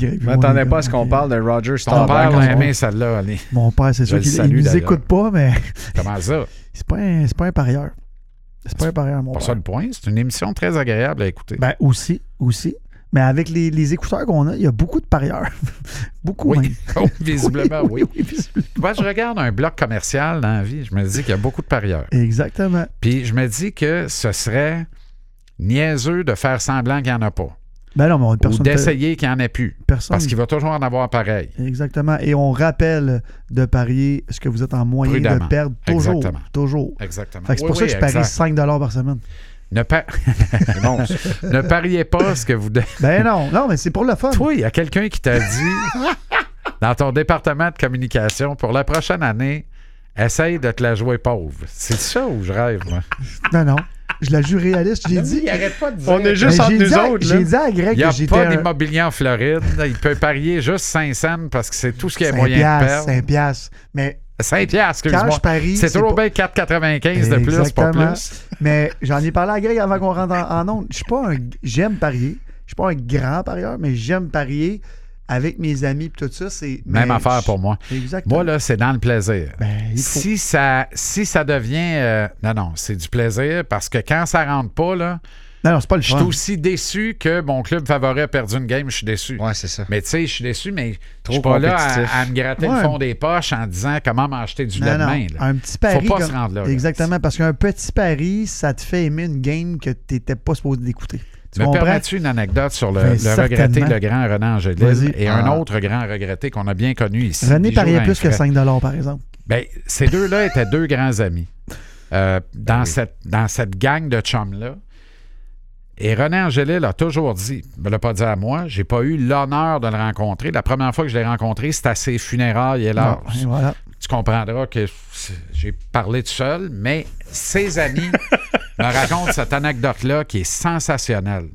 B: Je m'attendais pas à ce qu'on parle de Roger
C: Ton
B: Staubach.
C: père
D: quand
C: l'a
D: on-
C: aimé celle-là. Ali.
D: euh, Mon père, c'est
C: Je
D: sûr
C: le
D: qu'il il
C: salue,
D: nous
C: d'ailleurs.
D: écoute pas, mais
C: Comment ça?
D: c'est pas, un- c'est pas un parieur. C'est pas un parieur, mon
C: Pas
D: père.
C: ça le point. C'est une émission très agréable à écouter.
D: Ben, aussi, aussi. Mais avec les, les écouteurs qu'on a, il y a beaucoup de parieurs. beaucoup,
C: oui,
D: même.
C: Oh, visiblement, oui.
D: visiblement.
C: Moi, je regarde un bloc commercial dans la vie. Je me dis qu'il y a beaucoup de parieurs.
D: Exactement.
C: Puis je me dis que ce serait niaiseux de faire semblant qu'il n'y en a pas.
D: Ben non, mais on-
C: Ou
D: personne...
C: d'essayer qu'il n'y en ait plus.
D: personne
C: Parce qu'il va toujours en avoir pareil.
D: Exactement. Et on rappelle de parier ce que vous êtes en moyen
C: Prudemment.
D: de perdre toujours.
C: Exactement.
D: Toujours.
C: Exactement.
D: Fait que c'est pour ça que je parie 5 par semaine.
C: Ne, pa- ne pariez pas ce que vous. de-
D: Ben non, non, mais c'est pour le fun.
C: Toi, il y a quelqu'un qui t'a dit dans ton département de communication pour la prochaine année, essaye de te la jouer pauvre. C'est ça où je rêve, moi.
D: Non, non. Je la jure réaliste,
C: Ah
D: j'ai dit.
C: arrête pas de dire.
B: On est juste
D: Ben,
B: entre
D: j'ai
B: nous
D: dit à-
B: autres. là.
D: J'ai dit à Greg
C: Il n'y
D: que
C: a
D: j'étais
C: pas
D: un-
C: d'immobilier en Floride. Il peut parier juste 5 cents parce que c'est tout ce qu'il y a
D: cinq
C: moyen de
D: piastres,
C: perdre.
D: cinq piastres. Mais
C: 5 piastres,
D: quand je
C: excuse-moi.
D: parie,
C: C'est toujours
D: pas-
C: bien 4,95 de plus, pas
D: Exactement.
C: plus.
D: Mais j'en ai parlé à Greg avant qu'on rentre en, en onde. Je suis pas un. J'aime parier. Je suis pas un grand parieur, mais j'aime parier avec mes amis et tout ça. C'est
C: Même affaire pour moi.
D: Exactement.
C: Moi, là, c'est dans le plaisir.
D: Ben, il faut.
C: Si ça, si ça devient. euh, non, non, c'est du plaisir parce que quand ça rentre pas, là,
D: Non, non, c'est pas le
C: je suis
D: fun.
C: aussi déçu que mon club favori a perdu une game, je suis déçu.
B: Ouais, c'est ça.
C: Mais tu sais, je suis déçu, mais je suis
B: Trop
C: pas là
B: compétitif.
C: à, à me gratter le
D: Ouais.
C: fond des poches en disant comment m'acheter du
D: Non, non,
C: lendemain. là.
D: un petit pari.
C: Faut pas
D: comme-
C: se rendre là, là.
D: Exactement, parce qu'un petit pari, ça te fait aimer une game que tu n'étais pas supposé d'écouter. Tu
C: Me
D: comprends?
C: permets-tu une anecdote sur le,
D: Ben,
C: le regretté,
D: certainement.
C: le grand Renan Angélil
D: Vas-y.
C: et un
B: Ah.
C: autre grand regretté qu'on a bien connu ici?
D: René
C: Bijou
D: pariait plus que
C: Rinfret.
D: 5 par exemple.
C: Ben, ces deux-là étaient deux grands amis euh, dans, cette, dans cette gang de chums-là. Et René Angélil a toujours dit, ne l'a pas dit à moi, j'ai pas eu l'honneur de le rencontrer. La première fois que je l'ai rencontré, c'était à ses funérailles et là.
D: Ouais, ben, voilà.
C: Tu comprendras que c'est- j'ai parlé tout seul, mais ses amis me racontent cette anecdote-là qui est sensationnelle.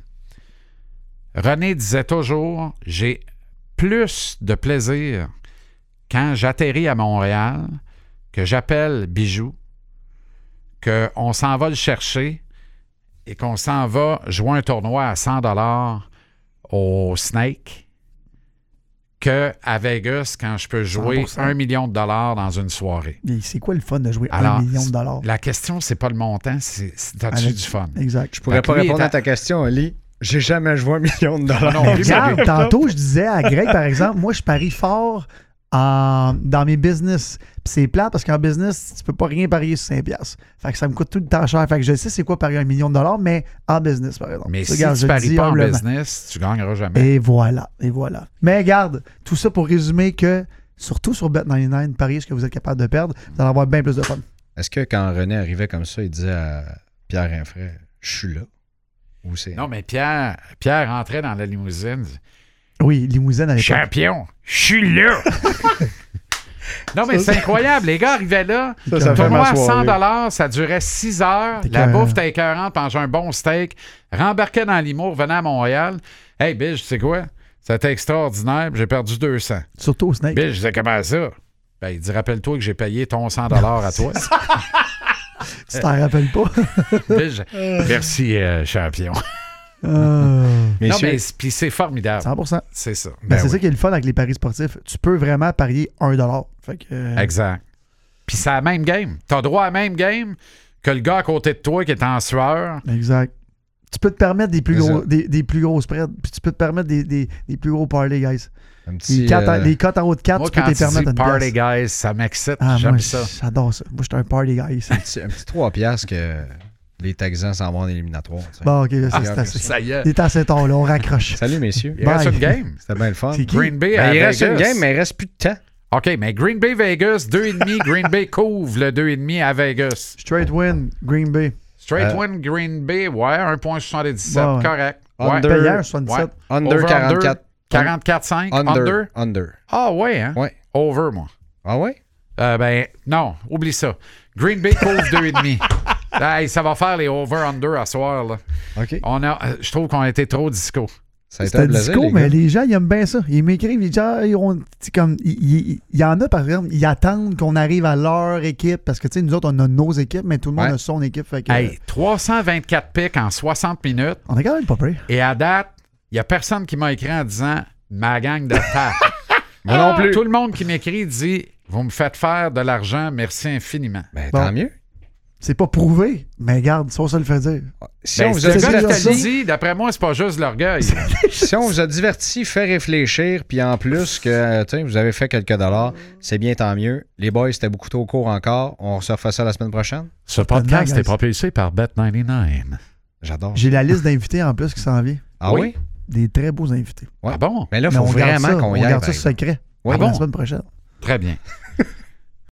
C: René disait toujours J'ai plus de plaisir quand j'atterris à Montréal, que j'appelle Bijou, qu'on s'en va le chercher et qu'on s'en va jouer un tournoi à 100 au Snake que à Vegas quand je peux jouer
D: 100%.
C: un million de dollars dans une soirée.
D: Mais C'est quoi le fun de jouer
C: Alors,
D: 1 million de dollars?
C: La question, c'est pas le montant, c'est c'est- t'as-tu
D: Avec-
C: du fun?
D: Exact.
B: Je pourrais
C: Fait que
B: pas
C: bah, lui,
B: répondre
C: il est
B: à ta question, Ali. J'ai
C: Oh,
B: jamais joué un million de dollars.
C: Non, lui,
D: Regarde, tantôt, je disais à Greg, par exemple, moi, je parie fort en- dans mes business. Puis c'est plat parce qu'en business, tu peux pas rien parier sur 5 piastres. Fait que ça me coûte tout le temps cher. Fait que je sais c'est quoi parier un million de dollars, mais en business, par exemple.
C: Mais
D: Ça,
C: si
D: regarde, je
C: tu
D: le
C: paries
D: dis
C: pas en
D: humblement.
C: business, ben. tu gagneras jamais.
D: Et voilà, et voilà. Mais garde, tout ça pour résumer que, surtout sur Bet99, pariez ce que vous êtes capable de perdre, vous allez avoir bien plus de fun.
B: Est-ce que quand René arrivait comme ça, il disait à Pierre Rinfray Je suis là Ou c'est.
C: Non, mais Pierre, Pierre entrait dans la limousine. dit,
D: Oui, Limousine à l'époque.
C: Champion, je suis là. non, mais c'est incroyable. Les gars arrivaient là.
D: Ça, ça
C: Le
D: fait
C: tournoi
B: ma
C: à 100
B: soirée.
C: ça durait 6 heures.
D: T'es
C: La
D: que-
C: bouffe était écœurante, mangeait un bon steak. Rembarquait dans Limoux, revenait à Montréal. Hey, Bill, tu sais quoi? C'était extraordinaire. puis J'ai perdu 200.
D: Surtout au Snake.
C: Bill, je disais, comment ça? Ben, il dit, rappelle-toi que j'ai payé ton 100 à toi.
D: Tu t'en rappelles pas?
C: Bill, je- Merci, euh, champion.
D: Euh,
C: non,
B: Messieurs,
C: mais c'est- puis c'est formidable.
D: 100%.
C: C'est ça.
D: Mais
C: Ben
D: c'est
C: oui.
D: ça qui est le fun avec les paris sportifs. Tu peux vraiment parier 1 dollar. Fait que, euh,
C: Exact. Puis c'est la même game. T'as droit à la même game que le gars à côté de toi qui est en sueur.
D: exact. Tu peux te permettre des plus,
B: C'est
D: gros,
B: ça.
D: des, des plus gros spreads, puis tu peux te permettre des, des- des plus gros parlays, guys.
B: un
D: Les,
B: petit.
D: quatre en-
B: euh,
D: les cotes en haut de 4,
C: Moi,
D: Ah, tu peux
C: quand tu
D: te
C: dis
D: permettre une
C: party
D: pièce.
C: guys, ça m'excite.
D: Ah, moi,
C: J'aime ça.
D: j'adore ça. Moi, je suis un party guy.
B: un petit- un petit 3 piastres que les Texans s'en vont en éliminatoire. tu sais.
D: Bon, ok, là, ça,
B: Ah,
D: c'est
B: ok,
D: assez.
C: Ça y est.
D: Il est assez tard, là, on raccroche.
B: Salut, messieurs.
C: Il reste
D: Bye.
C: une game.
B: C'était bien le fun.
D: C'est qui?
C: Green Bay à
B: Ben, il
C: Vegas.
B: reste une game, mais il reste plus de temps.
C: OK, mais Green Bay Vegas, 2,5. Green Bay couvre le 2,5 à Vegas.
D: Straight win, Green Bay.
C: Straight
B: Euh,
C: win Green Bay, ouais, 1,77.
D: Ouais, ouais.
C: Correct. Ouais.
B: Under.
D: Payeur,
C: Ouais.
D: 77.
B: Under
C: Over,
B: 44.
C: under. 44,5. Under.
B: Under. Under.
C: Ah, ouais, hein?
B: Ouais.
C: Over, moi.
B: Ah ouais?
C: Euh, ben, non, oublie ça. Green Bay couvre 2,5. Hey, ça va faire les over-under à soir. Là.
B: OK.
C: On a, euh, je trouve qu'on a été trop disco.
B: Ça a été un
D: C'était
B: plaisir.
D: disco,
B: les
D: mais
B: gars.
D: les gens, ils aiment bien ça. Ils m'écrivent, ils disent, ah, ils ont- c'est comme, il- il il- il y en a, par exemple, ils attendent qu'on arrive à leur équipe parce que, tu sais, nous autres, on a nos équipes, mais tout le monde
B: Ouais.
D: a son équipe. Fait que, euh,
C: Hey, 324 pics en 60 minutes.
D: on est quand même pas prêts.
C: Et à date, il n'y a personne qui m'a écrit en disant ma gang de terre.
B: Moi non plus.
C: Ah! Tout le monde qui m'écrit dit Vous me faites faire de l'argent, merci infiniment.
B: Ben,
D: Bon.
B: tant mieux.
D: C'est pas prouvé, mais regarde, ça, ça le fait dire.
B: Si,
C: Ben,
B: on vous
C: c'est
B: a
C: le gars
D: dit
C: qui
D: ça.
C: te le dit, d'après moi, c'est pas juste l'orgueil.
B: si on vous a diverti, fait réfléchir, puis en plus que tu sais, vous avez fait quelques dollars, c'est bien tant mieux. Les boys, c'était beaucoup trop court encore. On se refait ça la semaine prochaine.
C: Ce
D: podcast est
C: propulsé par Bet99.
B: J'adore.
D: J'ai la liste d'invités en plus qui s'en vient.
B: Ah oui?
C: Oui.
D: Des très beaux invités.
B: Ouais.
C: Ah bon?
B: Mais là, il
D: mais
B: faut
D: on garde ça,
B: vraiment qu'on
D: on
B: y aille. ben,
D: garde
B: par
D: ça
B: exemple.
D: secret. pour
B: Ouais,
D: la
B: bon.
D: semaine prochaine.
C: Très bien.